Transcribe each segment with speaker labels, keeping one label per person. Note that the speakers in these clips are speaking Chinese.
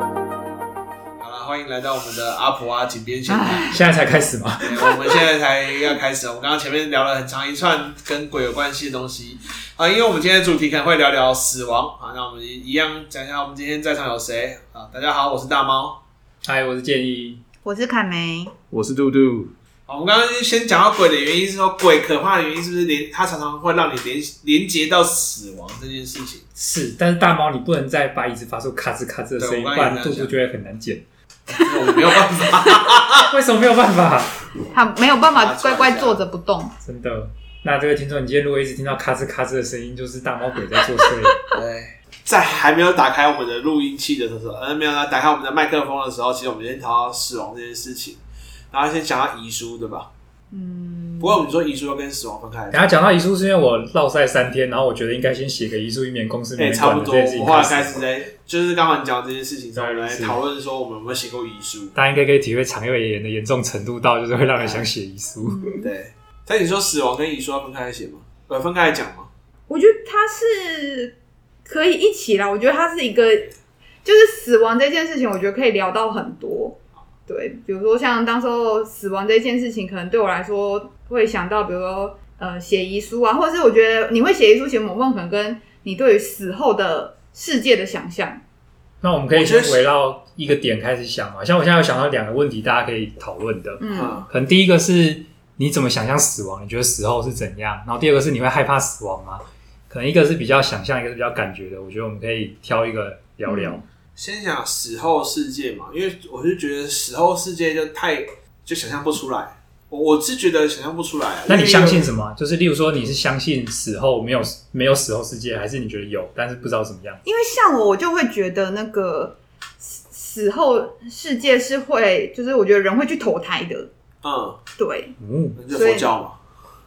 Speaker 1: 好了，欢迎来到我们的阿婆啊井边闲谈。
Speaker 2: 现在才开始吗？
Speaker 1: 对我们现在才要开始，我们刚刚前面聊了很长一串跟鬼有关系的东西啊，因为我们今天的主题可能会聊聊死亡啊，那我们一样讲一下我们今天在场有谁啊？大家好，我是大猫。
Speaker 2: 哎，我是建议，
Speaker 3: 我是凯梅，
Speaker 4: 我是杜杜，
Speaker 1: 好，啊我们刚刚先讲到鬼的原因是说，鬼可怕的原因是不是连它常常会让你连连接到死亡这件事情？
Speaker 2: 是，但是大猫你不能再把椅子发出咔吱咔吱的声
Speaker 1: 对我
Speaker 2: 音，不
Speaker 1: 刚刚也
Speaker 2: 然
Speaker 1: 这
Speaker 2: 肚
Speaker 1: 样
Speaker 2: 子就会很难剪。
Speaker 1: 我没有办法，
Speaker 2: 为什么没有办法？
Speaker 3: 他没有办
Speaker 1: 啊
Speaker 3: 法
Speaker 1: 坐一
Speaker 3: 乖
Speaker 1: 下
Speaker 3: 乖坐着不动，
Speaker 2: 真的。那这位听众，你今天如果一直听到咔吱咔吱的声音，就是大猫鬼在作 祟。
Speaker 1: 对，在还没有打开我们的录音器的时候，呃，没有打开我们的麦克风的时候，其实我们先聊到死亡这件事情，然后先讲到遗书，对吧？
Speaker 3: 嗯，
Speaker 1: 不过我们说遗书要跟死亡分开来哎
Speaker 2: 然后讲到遗书，是因为我落赛三天，然后我觉得应该先写个遗书，以免公司没
Speaker 1: 哎、
Speaker 2: 人
Speaker 1: 差
Speaker 2: 管
Speaker 1: 不
Speaker 2: 的这
Speaker 1: 多。
Speaker 2: 件事情
Speaker 1: 我后来
Speaker 2: 发
Speaker 1: 开
Speaker 2: 生。
Speaker 1: 始在，就是刚好你讲这件事情上，我们
Speaker 2: 对
Speaker 1: 来
Speaker 2: 是
Speaker 1: 讨论说我们有没有写过遗书。
Speaker 2: 大家应该可以体会肠胃炎的严重程度到，就是会让人想写 遗书。
Speaker 1: 对，但你说死亡跟遗书要分开来写吗？呃，分开来讲吗？
Speaker 5: 我觉得它是可以一起啦。我觉得它是一个，就是死亡这件事情，我觉得可以聊到很多。对，比如说像当时候死亡这件事情，可能对我来说会想到，比如说呃写遗书啊，或者是我觉得你会写遗书、写某梦，可能跟你对于死后的世界的想象。
Speaker 2: 那我们可以
Speaker 1: 我觉得
Speaker 2: 先
Speaker 1: 是
Speaker 2: 围绕一个点开始想嘛，像我现在有想到两个问题，大家可以讨论的。
Speaker 5: 嗯，
Speaker 1: 嗯，
Speaker 2: 可能第一个是你怎么想象死亡？你觉得死后是怎样？然后第二个是你会害怕死亡吗？可能一个是比较想象，一个是比较感觉的。我觉得我们可以挑一个聊聊。
Speaker 5: 嗯
Speaker 1: 先讲死后世界嘛，因为我是觉得死后世界就太就想象不出来。我我是觉得想象不出来。啊
Speaker 2: 那你相
Speaker 1: 因为
Speaker 2: 信什么？就是例如说，你是相信死后没有没有死后世界，还是你觉得有，但是不知道怎么样？
Speaker 5: 因为像我，我就会觉得那个死死后世界是会，就是我觉得人会去投胎的。
Speaker 1: 嗯，
Speaker 5: 对，
Speaker 2: 嗯，
Speaker 1: 那就佛教嘛。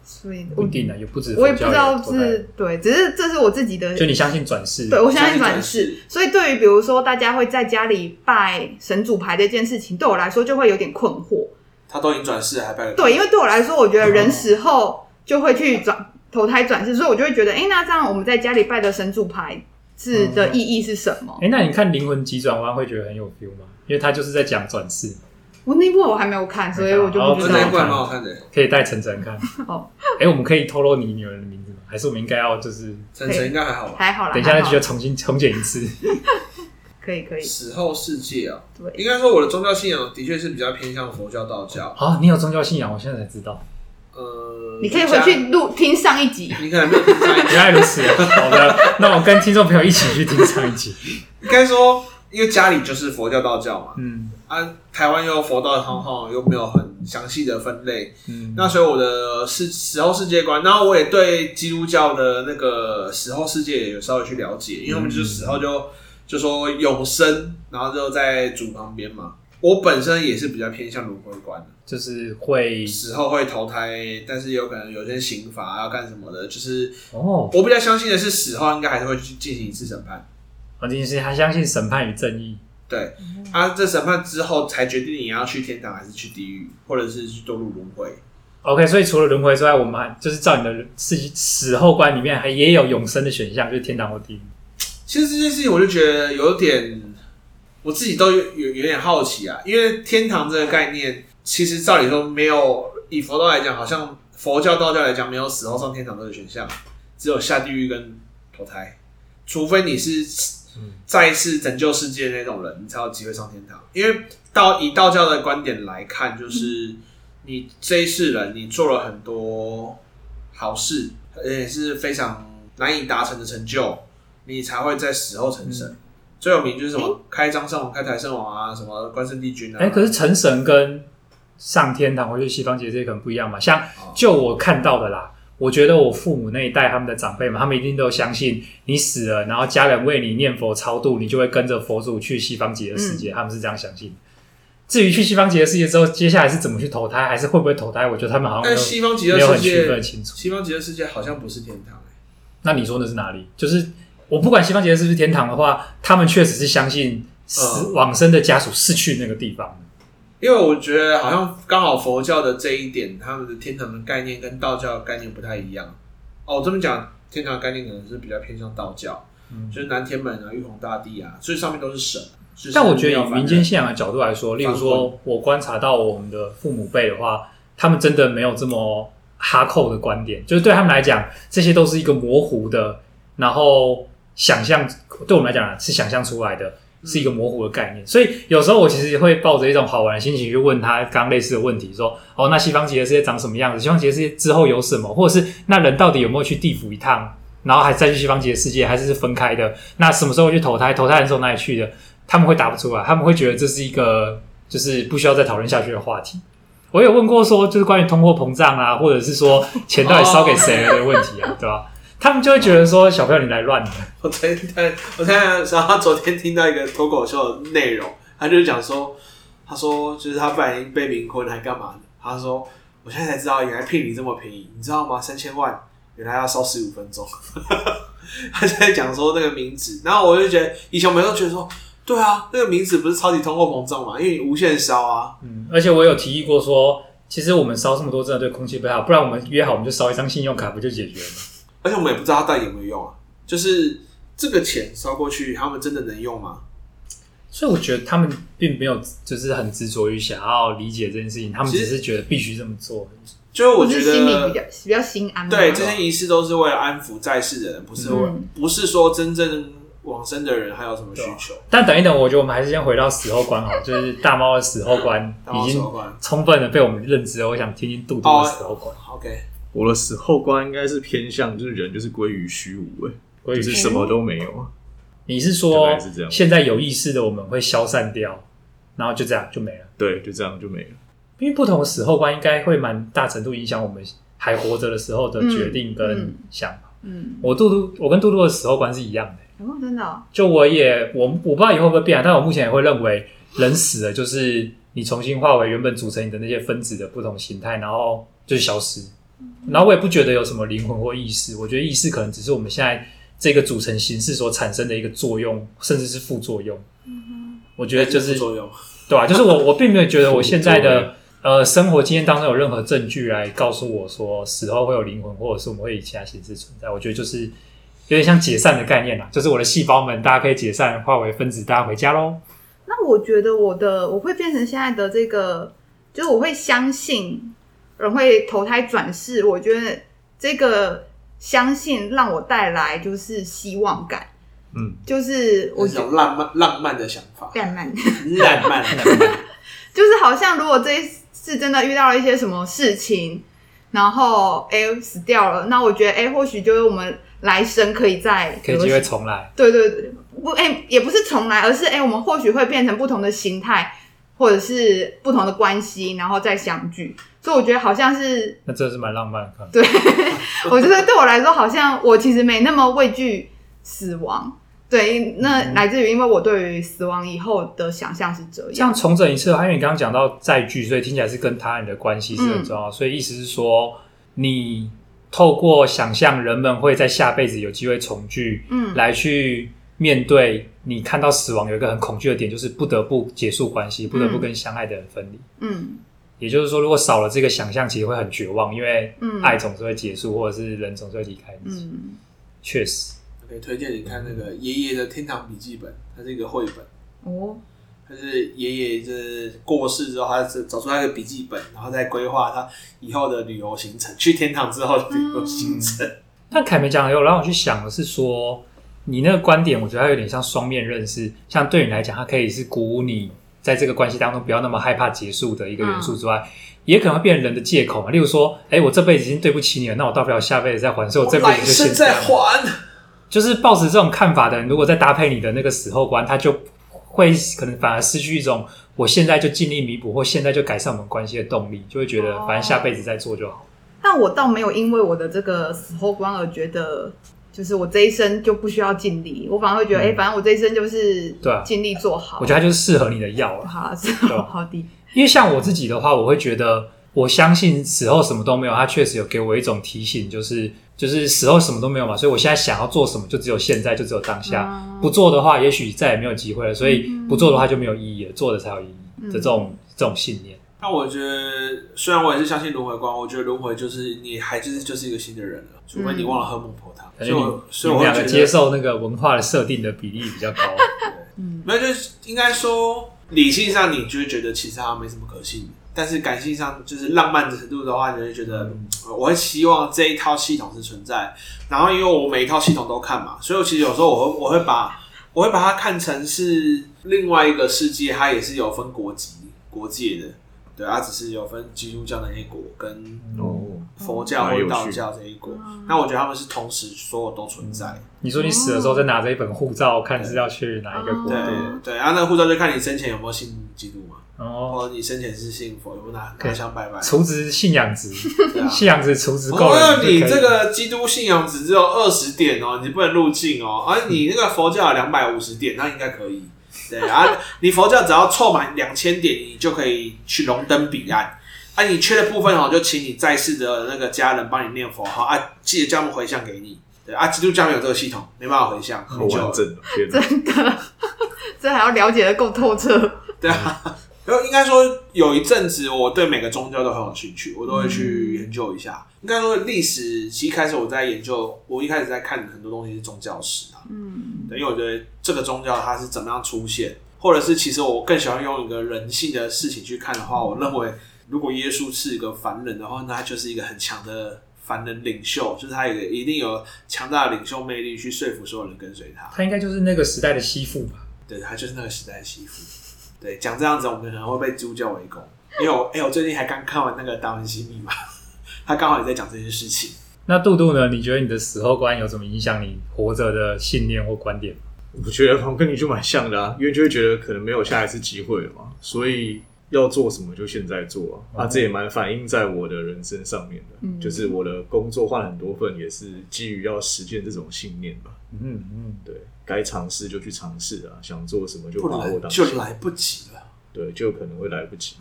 Speaker 5: 所以
Speaker 2: 不
Speaker 5: 我
Speaker 2: 一定啊，有不止
Speaker 5: 我也
Speaker 2: 佛
Speaker 5: 不
Speaker 2: 教
Speaker 5: 知道
Speaker 2: 有有
Speaker 5: 是对，只是这是我自己的，
Speaker 2: 就你相信转世，
Speaker 5: 对我相
Speaker 1: 相信
Speaker 5: 信转
Speaker 1: 转世
Speaker 5: 世，所以对于比如说大家会在家里拜神主牌这件事情，对我来说就会有点困惑。
Speaker 1: 他都已经转世了，还拜个
Speaker 5: 对，因为对我来说，我觉得人死后就会去转投胎转世，所以我就会觉得，哎、那这样我们在家里拜的神主牌是的意义是什么？
Speaker 2: 哎、那你看《灵魂急转弯》会觉得很有 feel 吗？因为他就是在讲转世，我
Speaker 5: 我那部我还没有看，所以我就
Speaker 2: 哦
Speaker 5: 不
Speaker 1: 那
Speaker 2: 真
Speaker 5: 知
Speaker 1: 那
Speaker 2: 的
Speaker 1: 一
Speaker 5: 道
Speaker 1: 部。还蛮好看的，
Speaker 2: 可以带晨晨 看。
Speaker 5: 哦，
Speaker 2: 哎、我们可以透露你女儿的名字吗？还是我们应该要就是
Speaker 1: 晨晨应该还好吧？
Speaker 5: 还好 啦，
Speaker 2: 等一下
Speaker 5: 还
Speaker 2: 再
Speaker 5: 好
Speaker 2: 去重新重剪一 次？
Speaker 5: 可以可以，
Speaker 1: 死后世界啊，
Speaker 5: 对，
Speaker 1: 应该说我的宗教信仰的确是比较偏向佛教、道教。
Speaker 2: 啊，你有宗教信仰，我现在才知道，
Speaker 1: 呃，
Speaker 5: 你可以回去录听上一集
Speaker 1: 加，。你可能没有听上一集
Speaker 2: 原来如此。好的，那我跟听众朋友一起去听上一集。
Speaker 1: 应该说，因为家里就是佛教、道教嘛，
Speaker 2: 嗯
Speaker 1: 啊，台湾又佛道行行又没有很详细的分类，
Speaker 2: 嗯，
Speaker 1: 那所以我的世死后世界观，然后我也对基督教的那个死后世界也有稍微去了解，因为我们就是死后就就说永生，然后就在主旁边嘛。我本身也是比较偏向轮回观的，
Speaker 2: 就是会
Speaker 1: 死后会投胎，但是有可能有些刑罚要干什么的，就是
Speaker 2: 哦，
Speaker 1: 我比较相信的是死后应该还是会去进行一次审判。
Speaker 2: 黄金是他相信审判与正义。
Speaker 1: 对，啊，这审判之后才决定你要去天堂还是去地狱，或者是去堕入轮回。
Speaker 2: OK，所以除了轮回之外，我们还就是照你的死死后观里面，还也有永生的选项，就是天堂或地狱。
Speaker 1: 其实这件事情我就觉得有点，我自己都有有有点好奇啊，因为天堂这个概念，其实照理说没有，以佛道来讲，好像佛教、道教来讲没有死后上天堂这个选项，只有下地狱跟投胎，除非你是
Speaker 2: 嗯
Speaker 1: 再一次拯救世界的那种人，你才有机会上天堂。因为道以道教的观点来看，
Speaker 2: 嗯
Speaker 1: 就是你这一世人，你做了很多好事，而且是非常难以达成的成就，你才会在死后成
Speaker 2: 嗯
Speaker 1: 神。最有名就是什么开张圣王、开台圣王啊，什么关圣帝君啊。
Speaker 2: 哎、可是成神跟上天堂或是西方结界可能不一样嘛。像
Speaker 1: 哦
Speaker 2: 就我看到的啦，我觉得我父母那一代他们的长辈们，他们一定都相信你死了，然后家人为你念佛超度，你就会跟着佛祖去西方极乐世界，
Speaker 1: 嗯
Speaker 2: 他们是这样相信的。至于去西方极乐世界之后，接下来是怎么去投胎，还是会不会投胎，我觉得他们好像没
Speaker 1: 但
Speaker 2: 有
Speaker 1: 哎西方极
Speaker 2: 没
Speaker 1: 乐
Speaker 2: 有
Speaker 1: 世
Speaker 2: 很区分得
Speaker 1: 界，
Speaker 2: 清楚。
Speaker 1: 西方极乐世界好像不是天堂、欸。
Speaker 2: 那你说的是哪里？就是我不管西方极乐是不是天堂的话，他们确实是相信死
Speaker 1: 嗯
Speaker 2: 往生的家属是去那个地方的。
Speaker 1: 因为我觉得好像刚好佛教的这一点，他们的天堂的概念跟道教的概念不太一样。哦，我这么讲，天堂的概念可能是比较偏向道教，
Speaker 2: 嗯
Speaker 1: 就是南天门啊、玉皇大帝啊，所以上面都是神。就是
Speaker 2: 但我觉得
Speaker 1: 庙
Speaker 2: 以
Speaker 1: 凡人
Speaker 2: 民间信仰的角度来说，例如
Speaker 1: 反
Speaker 2: 说我观察到我们的父母辈的话，他们真的没有这么哈扣的观点，就是对他们来讲，这些都是一个模糊的，然后想象对我们来讲啊是想象出来
Speaker 1: 嗯
Speaker 2: 的。是一个模糊的概念，所以有时候我其实会抱着一种好玩的心情去问他刚类似的问题，说：“哦，那西方极乐世界长什么样子？西方极乐世界之后有什么？或者是那人到底有没有去地府一趟，然后还再去西方极乐世界，还是是分开的？那什么时候去投胎？投胎的时候哪里去的？他们会答不出来，他们会觉得这是一个就是不需要再讨论下去的话题。我有问过说，就是关于通货膨胀啊，或者是说钱到底烧给谁了的问题啊，对吧？他们就会觉得说，小朋友你来乱的，
Speaker 1: 我昨天我在然后他昨天听到一个脱口秀的内容，他就是讲说，他说就是他不小心被冥婚还干嘛的，他说我现在才知道原来聘礼这么便宜，你知道吗？三千万原来要烧十五分钟。 他就在讲说那个名字，然后我就觉得以前我们都觉得说，对啊，那个名字不是超级通货膨胀嘛，因为你无限烧啊，
Speaker 2: 嗯，而且我有提议过说，其实我们烧这么多真的对空气不太好，不然我们约好我们就烧一张信用卡不就解决了吗？
Speaker 1: 而且我们也不知道它到底有没有用啊，就是这个钱烧过去，他们真的能用吗？
Speaker 2: 所以我觉得他们并没有就是很执着于想要理解这件事情，他们只是觉得必须这么做。
Speaker 1: 就是我
Speaker 5: 就
Speaker 1: 觉
Speaker 5: 是
Speaker 1: 得
Speaker 5: 心里比较比较心安嘛。
Speaker 1: 嗯对，这些仪式都是为了安抚在世的人，不是为、
Speaker 5: 嗯
Speaker 1: 不是说真正往生的人还有什么需求？
Speaker 2: 但等一等，我觉得我们还是先回到死后观好了，就是大猫的死后观
Speaker 1: 大
Speaker 2: 已
Speaker 1: 猫死
Speaker 2: 经
Speaker 1: 后观
Speaker 2: 充分的被我们认知了。我想听听杜杜的死后观，
Speaker 1: OK，
Speaker 4: 我的死后观应该是偏向，就是人就是归于虚无、欸，
Speaker 2: 关于
Speaker 4: 就是什么都没有啊。
Speaker 2: 你是
Speaker 4: 可
Speaker 2: 说
Speaker 4: 能是这样
Speaker 2: 现在有意识的我们会消散掉，然后就这样就没了？
Speaker 4: 对，就这样就没了。
Speaker 2: 因为不同的死后观应该会蛮大程度影响我们还活着的时候的决定跟
Speaker 5: 嗯
Speaker 2: 想法。
Speaker 5: 嗯，
Speaker 2: 我杜杜，我跟杜杜的死后观是一样的。
Speaker 5: 哦，真的哦，
Speaker 2: 就我也我我不知道以后会不会变啊，但我目前也会认为人死了就是你重新化为原本组成你的那些分子的不同形态，然后就是消失。然后我也不觉得有什么灵魂或意识，我觉得意识可能只是我们现在这个组成形式所产生的一个作用，甚至是副作用。我觉得就是
Speaker 1: 副作用。
Speaker 2: 对吧、就是我我并没有觉得我现在
Speaker 4: 副作
Speaker 2: 的呃生活经验当中有任何证据来告诉我说死后会有灵魂，或者是我们会以其他形式存在。我觉得就是有点像解散的概念啦，就是我的细胞们大家可以解散，化为分子，大家回家喽。
Speaker 5: 那我觉得我的我会变成现在的这个，就是我会相信人会投胎转世。我觉得这个相信让我带来就是希望感，
Speaker 4: 嗯，
Speaker 5: 就是
Speaker 1: 我
Speaker 5: 我觉
Speaker 1: 想浪漫浪漫的想 法，
Speaker 5: 浪漫，
Speaker 1: 浪漫。
Speaker 5: 就是好像如果这一次真的遇到了一些什么事情，然后哎、死掉了，那我觉得哎、或许就是我们来生可以再
Speaker 2: 可以机会重来，
Speaker 5: 对对对，不，哎、也不是重来，而是哎、我们或许会变成不同的形态，或者是不同的关系，然后再相聚。所以我觉得好像是
Speaker 2: 那真的是蛮浪漫的看法。
Speaker 5: 对，我觉得对我来说，好像我其实没那么畏惧死亡。对，那来自于因为我对于死亡以后的想象是这
Speaker 2: 这样
Speaker 5: 样。
Speaker 2: 重整一次的话，因为你刚刚讲到载具，所以听起来是跟他人的关系是很重要。所以意思是说，你透过想象人们会在下辈子有机会重聚，
Speaker 5: 嗯
Speaker 2: 来去面对你看到死亡有一个很恐惧的点，就是不得不结束关系，不得不跟相爱的人分离。
Speaker 5: 嗯
Speaker 2: 也就是说，如果少了这个想象，其实会很绝望，因为
Speaker 5: 嗯
Speaker 2: 爱总是会结束，或者是人总是会离开自己。
Speaker 5: 嗯，
Speaker 2: 确实，
Speaker 1: OK，推荐你看那个爷爷的《天堂笔记本》，它是一个绘本。
Speaker 5: 哦，
Speaker 1: 他是爷爷就是过世之后，他是找出他的笔记本，然后再规划他以后的旅游行程，去天堂之后的旅游行程。
Speaker 2: 嗯但凯梅讲的有让我去想的是说，你那个观点，我觉得它有点像双面认识。像对你来讲，它可以是鼓舞你在这个关系当中不要那么害怕结束的一
Speaker 5: 嗯
Speaker 2: 个元素之外，也可能会变成人的借口嘛。例如说，哎、我这辈子已经对不起你了，那我大不了下辈子再还，所以我这辈
Speaker 1: 来
Speaker 2: 子就
Speaker 1: 生
Speaker 2: 先这样
Speaker 1: 再。还，
Speaker 2: 就是抱持这种看法的人，如果再搭配你的那个死后观，他就会可能反而失去一种我现在就尽力弥补或现在就改善我们关系的动力，就会觉得
Speaker 5: 哦
Speaker 2: 反正下辈子再做就好。
Speaker 5: 但我倒没有因为我的这个死后观而觉得，就是我这一生就不需要尽力，我反而会觉得，哎、反正我这一生就是
Speaker 2: 对啊
Speaker 5: 尽力做好。
Speaker 2: 我觉得它就是适合你的药了。
Speaker 5: 好是
Speaker 2: 对啊
Speaker 5: 好好的，
Speaker 2: 因为像我自己的话，我会觉得我相信死后什么都没有，它确实有给我一种提醒，就是就是死后什么都没有嘛，所以我现在想要做什么，就只有现在，就只有当下。
Speaker 5: 嗯
Speaker 2: 不做的话，也许再也没有机会了，所以不做的话就没有意义了，做的才有意义的这种、这种信念。
Speaker 1: 那我觉得，虽然我也是相信轮回观，我觉得轮回就是你还就是就是一个新的人了，除非你忘了喝孟婆汤。所
Speaker 2: 感
Speaker 1: 以
Speaker 2: 觉
Speaker 1: 我，
Speaker 2: 你
Speaker 1: 所以
Speaker 2: 们
Speaker 1: 我
Speaker 2: 两
Speaker 1: 会
Speaker 2: 个
Speaker 1: 觉
Speaker 2: 接
Speaker 1: 得，
Speaker 2: 受那个文化的设定的比例比较高。
Speaker 3: 嗯，
Speaker 1: 没有，就是应该说，理性上你就会觉得其实它没什么可信的，但是感性上就是浪漫的程度的话，你就会觉得，嗯我会希望这一套系统是存在。然后，因为我每一套系统都看嘛，所以我其实有时候我会我会把我会把它看成是另外一个世界，它也是有分国籍国界的。对，它只是有分基督教的那一国跟
Speaker 4: 哦，
Speaker 1: 佛教
Speaker 4: 蛮有
Speaker 1: 或
Speaker 4: 趣
Speaker 1: 道教这一国，那我觉得他们是同时所有都存在。
Speaker 2: 你说你死的时候再拿着一本护照，看是要去哪一个
Speaker 1: 哦
Speaker 2: 国
Speaker 1: 对
Speaker 2: 度？
Speaker 1: 对，啊然后那个护照就看你生前有没有信基督嘛，
Speaker 2: 哦，
Speaker 1: 或者你生前是信佛，有没有拿
Speaker 2: 对
Speaker 1: 拿香拜拜。
Speaker 2: 除值信仰值，
Speaker 1: 对啊
Speaker 2: 信仰值除值够
Speaker 1: 哦你
Speaker 2: 了，，就可以
Speaker 1: 这个基督信仰只只有二十点哦，你不能入境哦。而、
Speaker 2: 嗯
Speaker 1: 你那个佛教两百五十点，那应该可以。对，然后 你佛教只要凑满两千点，你就可以去龙登彼岸。啊，你缺的部分哦，就请你在世的那个家人帮你念佛哈啊，记得叫他们回向给你。对啊，基督教没有这个系统，没办法回向，
Speaker 4: 好
Speaker 1: 你就
Speaker 4: 完整哦，天哪！
Speaker 5: 这还要了解的够透彻。
Speaker 1: 对啊，然后应该说有一阵子，我对每个宗教都很有兴趣，我都会去研究一下。应该说历史，其实一开始我在研究，我一开始在看很多东西是宗教史啊，
Speaker 5: 嗯，
Speaker 1: 对因为我觉得这个宗教它是怎么样出现，或者是其实我更喜欢用一个人性的事情去看的话，我认为如果耶稣是一个凡人的话，那他就是一个很强的凡人领袖，就是他有一个一定有强大的领袖魅力去说服所有人跟随他。
Speaker 2: 他应该就是那个时代的吸附吧？
Speaker 1: 对，他就是那个时代的媳妇。对，讲这样子，我们可能会被基督教围攻。因为我，哎、我最近还刚看完那个《达文西密码》，他刚好也在讲这件事情。
Speaker 2: 那杜杜呢？你觉得你的死后观有怎么影响你活着的信念或观点？
Speaker 4: 我觉得我跟你就蛮像的啊，因为就会觉得可能没有下一次机会了嘛，所以要做什么就现在做啊。啊，这也蛮反映在我的人生上面的，
Speaker 5: 嗯
Speaker 4: 就是我的工作换了很多份，也是基于要实践这种信念吧。
Speaker 2: 嗯嗯，
Speaker 4: 对，该尝试就去尝试啊，想做什么就
Speaker 1: 不
Speaker 4: 把握
Speaker 1: 然
Speaker 4: 当
Speaker 1: 就
Speaker 4: 下。
Speaker 1: 来不及了。
Speaker 4: 对，就可能会来不及。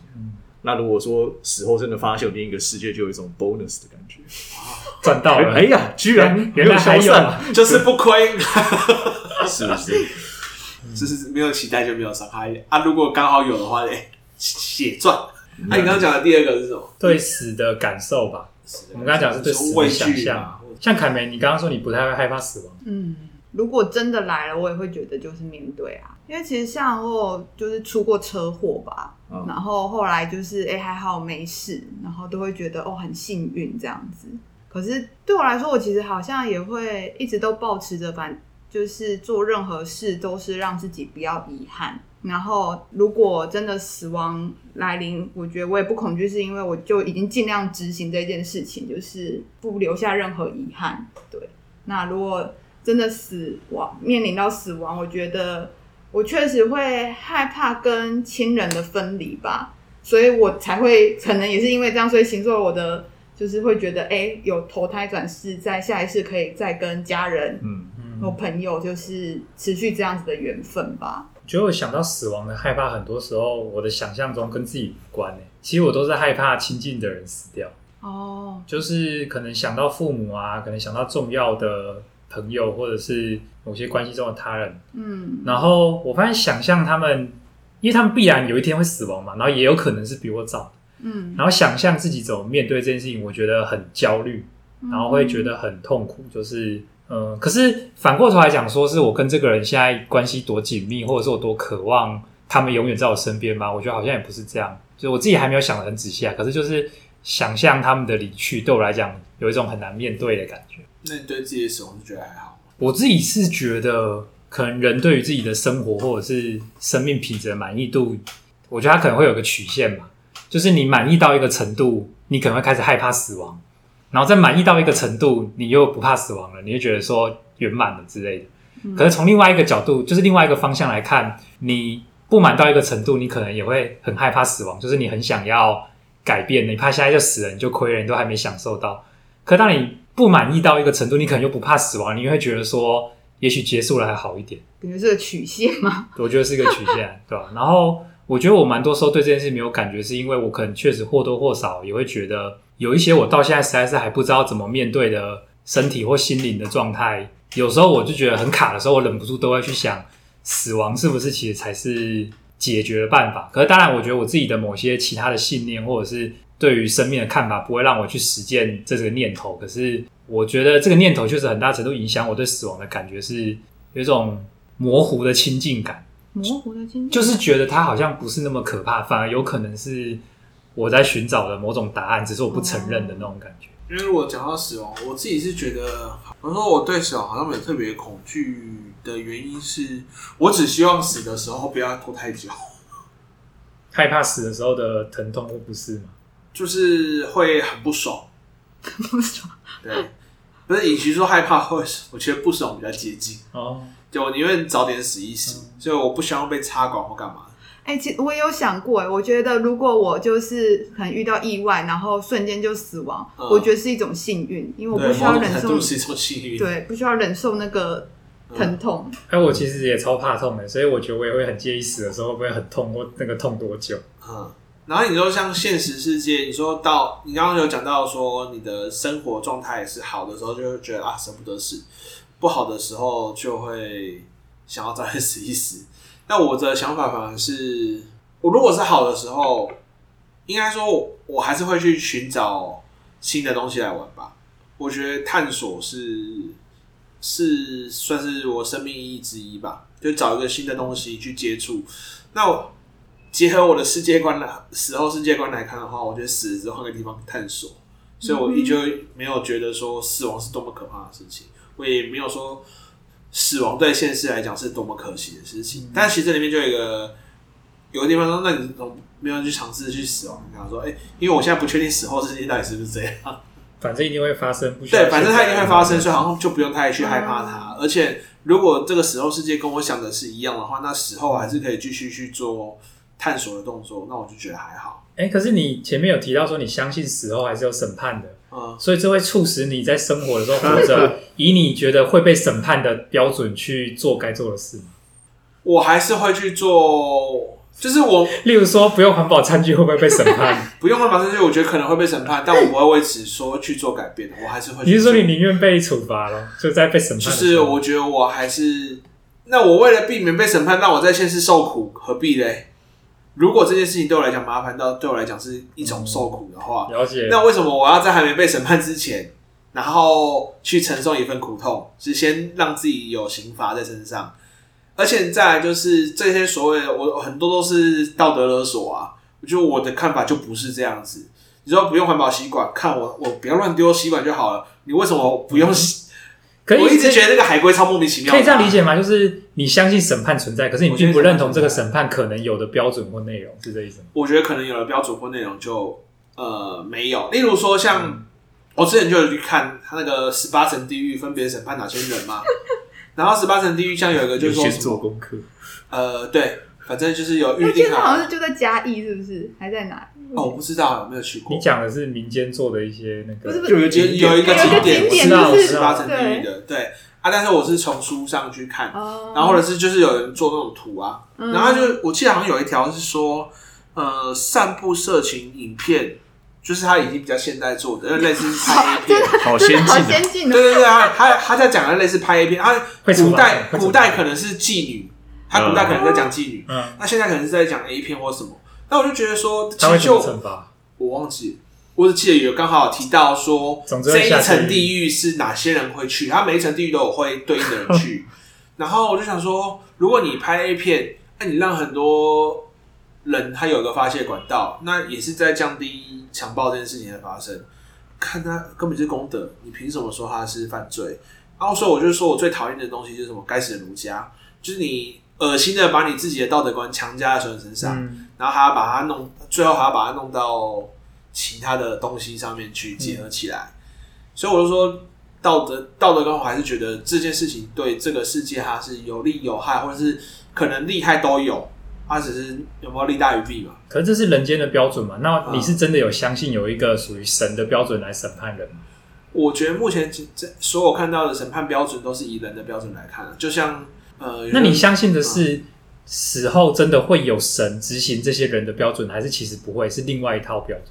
Speaker 4: 那如果说死后真的发现有另一个世界，就有一种 bonus 的感觉。
Speaker 2: 赚到了！
Speaker 4: 哎呀，居然没
Speaker 2: 原来
Speaker 4: 有
Speaker 2: 还
Speaker 4: 消
Speaker 2: 有
Speaker 4: 散，
Speaker 2: 啊，
Speaker 1: 就是不亏，
Speaker 4: 是不是？
Speaker 1: 就是没有期待就没有伤害啊。如果刚好有的话，哎、血赚。
Speaker 2: 嗯
Speaker 1: 啊，你刚刚讲的第二个是什么？
Speaker 2: 对死的感受吧。我们刚刚讲的是对死
Speaker 1: 畏
Speaker 2: 的想
Speaker 1: 惧
Speaker 2: 象
Speaker 1: 嘛。。
Speaker 2: 像凯梅，你刚刚说你不太会害怕死亡，
Speaker 5: 嗯，如果真的来了，我也会觉得就是面对啊，因为其实像我有就是出过车祸吧，
Speaker 4: 嗯
Speaker 5: 然后后来就是哎、诶还好没事，然后都会觉得哦很幸运这样子。可是对我来说，我其实好像也会一直都保持着反，就是做任何事都是让自己不要遗憾。然后如果真的死亡来临，我觉得我也不恐惧，是因为我就已经尽量执行这件事情，就是不留下任何遗憾。对。那如果真的死亡，面临到死亡，我觉得我确实会害怕跟亲人的分离吧，所以我才会可能也是因为这样，所以行作我的就是会觉得，哎、有投胎转世，在下一世可以再跟家人
Speaker 4: 嗯，
Speaker 5: 或
Speaker 2: 嗯，
Speaker 5: 朋友，就是持续这样子的缘分吧。
Speaker 2: 觉得我想到死亡的害怕，很多时候我的想象中跟自己无关诶、欸其实我都是害怕亲近的人死掉，
Speaker 5: 哦，
Speaker 2: 就是可能想到父母啊，可能想到重要的朋友，或者是某些关系中的他人，
Speaker 5: 嗯，
Speaker 2: 然后我发现想象他们，因为他们必然有一天会死亡嘛，然后也有可能是比我早，
Speaker 5: 嗯，
Speaker 2: 然后想象自己怎么面对这件事情，我觉得很焦虑，
Speaker 5: 嗯
Speaker 2: 然后会觉得很痛苦，就是。嗯，可是反过头来讲，说是我跟这个人现在关系多紧密，或者是我多渴望他们永远在我身边吗？我觉得好像也不是这样，就是我自己还没有想的很仔细啊。可是就是想象他们的离去，对我来讲有一种很难面对的感觉。
Speaker 1: 那你对自己的死亡是觉得还好吗？
Speaker 2: 我自己是觉得，可能人对于自己的生活或者是生命品质的满意度，我觉得它可能会有个曲线嘛，就是你满意到一个程度，你可能会开始害怕死亡，然后再满意到一个程度，你又不怕死亡了，你就觉得说圆满了之类的。可是从另外一个角度，就是另外一个方向来看，你不满到一个程度，你可能也会很害怕死亡，就是你很想要改变，你怕现在就死了，你就亏了，你都还没享受到。可当你不满意到一个程度，你可能又不怕死亡，你会觉得说，也许结束了还好一点。
Speaker 5: 感觉是个曲线嘛。
Speaker 2: 我觉得是一个曲线，对吧、然后我觉得我蛮多时候对这件事没有感觉，是因为我可能确实或多或少也会觉得有一些我到现在实在是还不知道怎么面对的身体或心灵的状态。有时候我就觉得很卡的时候，我忍不住都会去想，死亡是不是其实才是解决的办法。可是当然，我觉得我自己的某些其他的信念或者是对于生命的看法，不会让我去实践这个念头。可是我觉得这个念头就是很大程度影响我对死亡的感觉，是有一种模糊的亲近感。
Speaker 3: 模糊的经历
Speaker 2: 就是觉得它好像不是那么可怕，反而有可能是我在寻找的某种答案，只是我不承认的那种感觉。
Speaker 1: 因为如果讲到死亡，我自己是觉得，我说我对死亡好像没有特别恐惧的原因是，我只希望死的时候不要拖太久，
Speaker 2: 害怕死的时候的疼痛或不适嘛，
Speaker 1: 就是会很不爽。
Speaker 3: 不爽，
Speaker 5: 嗯
Speaker 1: 对，不是，与其说害怕，会我觉得不爽比较接近。
Speaker 2: 哦，
Speaker 1: 就我宁愿早点死一死，
Speaker 5: 嗯
Speaker 1: 所以我不希望被插管或干嘛。
Speaker 5: 哎、其实我也有想过，哎，我觉得如果我就是可能遇到意外，然后瞬间就死亡，
Speaker 1: 嗯
Speaker 5: 我觉得是一种幸运，因为我
Speaker 1: 对，
Speaker 5: 不需要
Speaker 1: 某种
Speaker 5: 忍
Speaker 1: 程
Speaker 5: 受
Speaker 1: 度，是一种幸运。嗯
Speaker 5: 对，不需要忍受那个疼痛。
Speaker 2: 哎、我其实也超怕痛的，所以我觉得我也会很介意死的时候会不会很痛，或那个痛多久。
Speaker 1: 嗯，然后你说像现实世界，你说到你刚刚有讲到说你的生活状态是好的时候，就会觉得啊舍不得死；不好的时候就会想要再来死一死。那我的想法反而是，我如果是好的时候，应该说我我还是会去寻找新的东西来玩吧。我觉得探索是是算是我生命意义之一吧，就找一个新的东西去接触。那我结合我的世界观来死后世界观来看的话，我觉得死了之后换个地方探索，所以我依旧没有觉得说死亡是多么可怕的事情，我也没有说死亡对现实来讲是多么可惜的事情。但其实这里面就有一个有个地方说，那你怎么没有去尝试去死亡？你想说，哎、因为我现在不确定死后世界到底是不是这样。
Speaker 2: 反正一定会发生，不需要
Speaker 1: 对，反正它一定会发生，所以好
Speaker 2: 像
Speaker 1: 像就不用太去害怕它。而且，如果这个死后世界跟我想的是一样的话，那死后还是可以继续去做探索的动作，那我就觉得还好。
Speaker 2: 哎、可是你前面有提到说你相信死后还是有审判的，
Speaker 1: 嗯，
Speaker 2: 所以这会促使你在生活的时候活 着，以你觉得会被审判的标准去做该做的事吗
Speaker 1: 我还是会去做，就是我
Speaker 2: 例如说，不用环保餐具会不会被审判？
Speaker 1: 不用了马上去，我觉得可能会被审判，但我不会为此说去做改变的，我还是会去做。
Speaker 2: 你是说你宁愿被处罚咯，就在被审判
Speaker 1: 就
Speaker 2: 的时
Speaker 1: 是
Speaker 2: 候？
Speaker 1: 我觉得我还是，那我为了避免被审判，让我在现世受苦，何必嘞？如果这件事情对我来讲麻烦到对我来讲是一种受苦的话，
Speaker 2: 了解，
Speaker 1: 那为什么我要在还没被审判之前，然后去承受一份苦痛？是先让自己有刑罚在身上，而且再来就是这些所谓的我很多都是道德勒索啊。我觉得我的看法就不是这样子。你说不用环保吸管，看我我不要乱丢吸管就好了。你为什么不用吸？
Speaker 2: 嗯可以
Speaker 1: 我一直觉得那个海龟超莫名其妙的啊。
Speaker 2: 可以这样理解吗？就是你相信审判存在，可是你并不认同这个
Speaker 1: 我觉得
Speaker 2: 审判可能有的标准或内容，是这意思吗？
Speaker 1: 我觉得可能有的标准或内容就呃没有，例如说像、
Speaker 5: 嗯
Speaker 1: 我之前就有去看他那个十八层地狱分别审判哪些人 嘛，然后十八层地狱像有一个就是
Speaker 4: 有
Speaker 1: 说
Speaker 4: 先
Speaker 1: 什
Speaker 4: 做
Speaker 1: 么
Speaker 4: 功课，
Speaker 1: 呃对，反正就是有
Speaker 5: 那
Speaker 1: 预
Speaker 5: 现
Speaker 1: 定啊
Speaker 5: 在好像
Speaker 1: 好
Speaker 5: 是就在嘉义，是不是？还在哪？
Speaker 1: 哦，我不知道有没有去过
Speaker 2: 你，讲的是民间做的一些那个，
Speaker 5: 不是不，
Speaker 4: 就是有
Speaker 1: 有有一个
Speaker 5: 有一个
Speaker 1: 景点
Speaker 5: 景
Speaker 1: 我
Speaker 5: 点
Speaker 1: 知
Speaker 2: 道
Speaker 1: 道
Speaker 2: 我
Speaker 5: 就是
Speaker 1: 十八层地狱
Speaker 5: 对，
Speaker 1: 的，对啊，但是我是从书上去看，
Speaker 5: 哦
Speaker 1: 然后或者是就是有人做那种图啊，
Speaker 5: 嗯
Speaker 1: 然后他就我记得好像有一条是说，呃，散布色情影片，就是他已经比较现代做的，就类似拍 A 片，
Speaker 4: 好
Speaker 5: 真的
Speaker 4: 先
Speaker 5: 好
Speaker 4: 进
Speaker 5: 先
Speaker 4: 啊！
Speaker 5: 进
Speaker 1: 对
Speaker 5: 哦，
Speaker 1: 对对啊，他他在讲的类似拍 A 片，啊，
Speaker 2: 会处罚
Speaker 1: 古代
Speaker 2: 会处罚
Speaker 1: 古代可能是妓女，他古代可能在讲妓女，
Speaker 2: 嗯，
Speaker 1: 那现在可能是在讲 A 片或什么，那我就觉得说，其
Speaker 2: 他会
Speaker 1: 实
Speaker 2: 怎么
Speaker 1: 就
Speaker 2: 惩罚？
Speaker 1: 我忘记。我只记得有刚好有提到说，
Speaker 2: 总之
Speaker 1: 这
Speaker 2: 会
Speaker 1: 一
Speaker 2: 下地狱
Speaker 1: 层地狱是哪些人会去，他每一层地狱都有会对应的人
Speaker 2: 嗯
Speaker 1: 去。然后我就想说，如果你拍 A 片，那你让很多人他有一个发泄管道，那也是在降低强暴这件事情的发生。看他根本就是功德，你凭什么说他是犯罪？然后所以我就说我最讨厌的东西就是什么该死的儒家，就是你恶心的把你自己的道德观强加在所有人身上，
Speaker 2: 嗯，
Speaker 1: 然后还要把它弄，最后还要把它弄到其他的东西上面去结合起来。所以我就说，道德道德观，我还是觉得这件事情对这个世界它是有利有害，或者是可能利害都有，它只是有没有利大于弊嘛？
Speaker 2: 可是这是人间的标准嘛？那你
Speaker 1: 嗯
Speaker 2: 是真的有相信有一个属于神的标准来审判人吗？
Speaker 1: 我觉得目前这这所有看到的审判标准都是以人的标准来看啊的，就像呃，有
Speaker 2: 那你
Speaker 1: 人
Speaker 2: 相信的是死后真的会有神执行这些人的标准，还是其实不会，是另外一套标准？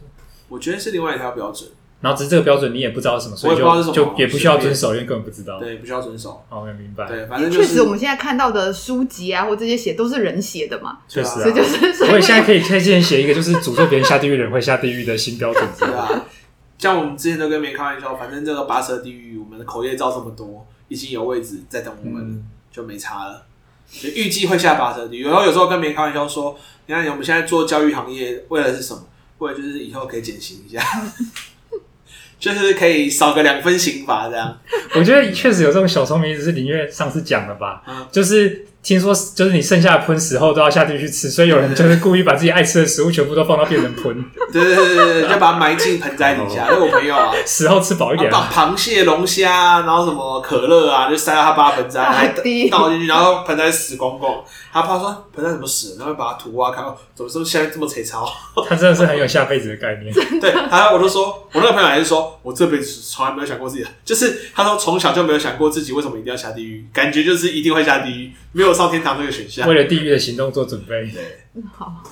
Speaker 1: 我觉得是另外一条标准。
Speaker 2: 然后只是这个标准你也不知道是什么，所以
Speaker 1: 我也不知道
Speaker 2: 就是
Speaker 1: 什么
Speaker 2: 就也不需要
Speaker 1: 随便
Speaker 2: 遵守，因为根本不知道。
Speaker 1: 对，不需要遵守。
Speaker 2: 好，我也明白。
Speaker 1: 对，反
Speaker 5: 因为
Speaker 1: 正
Speaker 5: 确
Speaker 1: 就
Speaker 5: 实
Speaker 1: 是
Speaker 5: 我们现在看到的书籍啊，或这些写都是人写的嘛，
Speaker 2: 确实
Speaker 1: 对
Speaker 5: 所以
Speaker 2: 啊
Speaker 5: 就，是所
Speaker 2: 我也
Speaker 5: 以
Speaker 2: 现在可以推荐写一个，就是诅咒别人下地狱的人会下地狱的新标准。
Speaker 1: 对啊，像我们之前都跟别人开玩笑，反正这个拔舌地狱，我们的口业照这么多，已经有位置在等我们了，
Speaker 2: 嗯
Speaker 1: 就没差了。就预计会下拔舌地狱，然后有时候跟别人开玩笑说，你看我们现在做教育行业，为了是什么？为了就是以后可以减刑一下， 就是可以少个两分刑罚这样。
Speaker 2: 我觉得确实有这种小聪明，只是林月上次讲的吧
Speaker 1: 嗯，
Speaker 2: 就是听说就是你剩下的喷食后都要下地狱去吃，所以有人就是故意把自己爱吃的食物全部都放到变成喷，
Speaker 1: 对对对对对，就把它埋进盆栽底下。因为我朋友啊，
Speaker 2: 死后吃饱一
Speaker 1: 他
Speaker 2: 点
Speaker 1: 把
Speaker 2: 啊。
Speaker 1: 螃蟹、龙虾啊，然后什么可乐啊，就塞到他爸盆栽，
Speaker 2: 啊
Speaker 1: 还
Speaker 5: 到底
Speaker 1: 倒进去，然后盆栽死光光。他爸说盆栽怎么死了？然后把它土挖开，哦怎么是现在这么粗 糙？
Speaker 2: 他真的是很有下辈子的概念。
Speaker 1: 对，他我就说，我那个朋友还是说，我这辈子从来没有想过自己的，就是他说从小就没有想过自己为什么一定要下地狱，感觉就是一定会下地狱，没有上天堂这个选项
Speaker 2: 为。了地狱的行动做准备。
Speaker 5: 嗯好，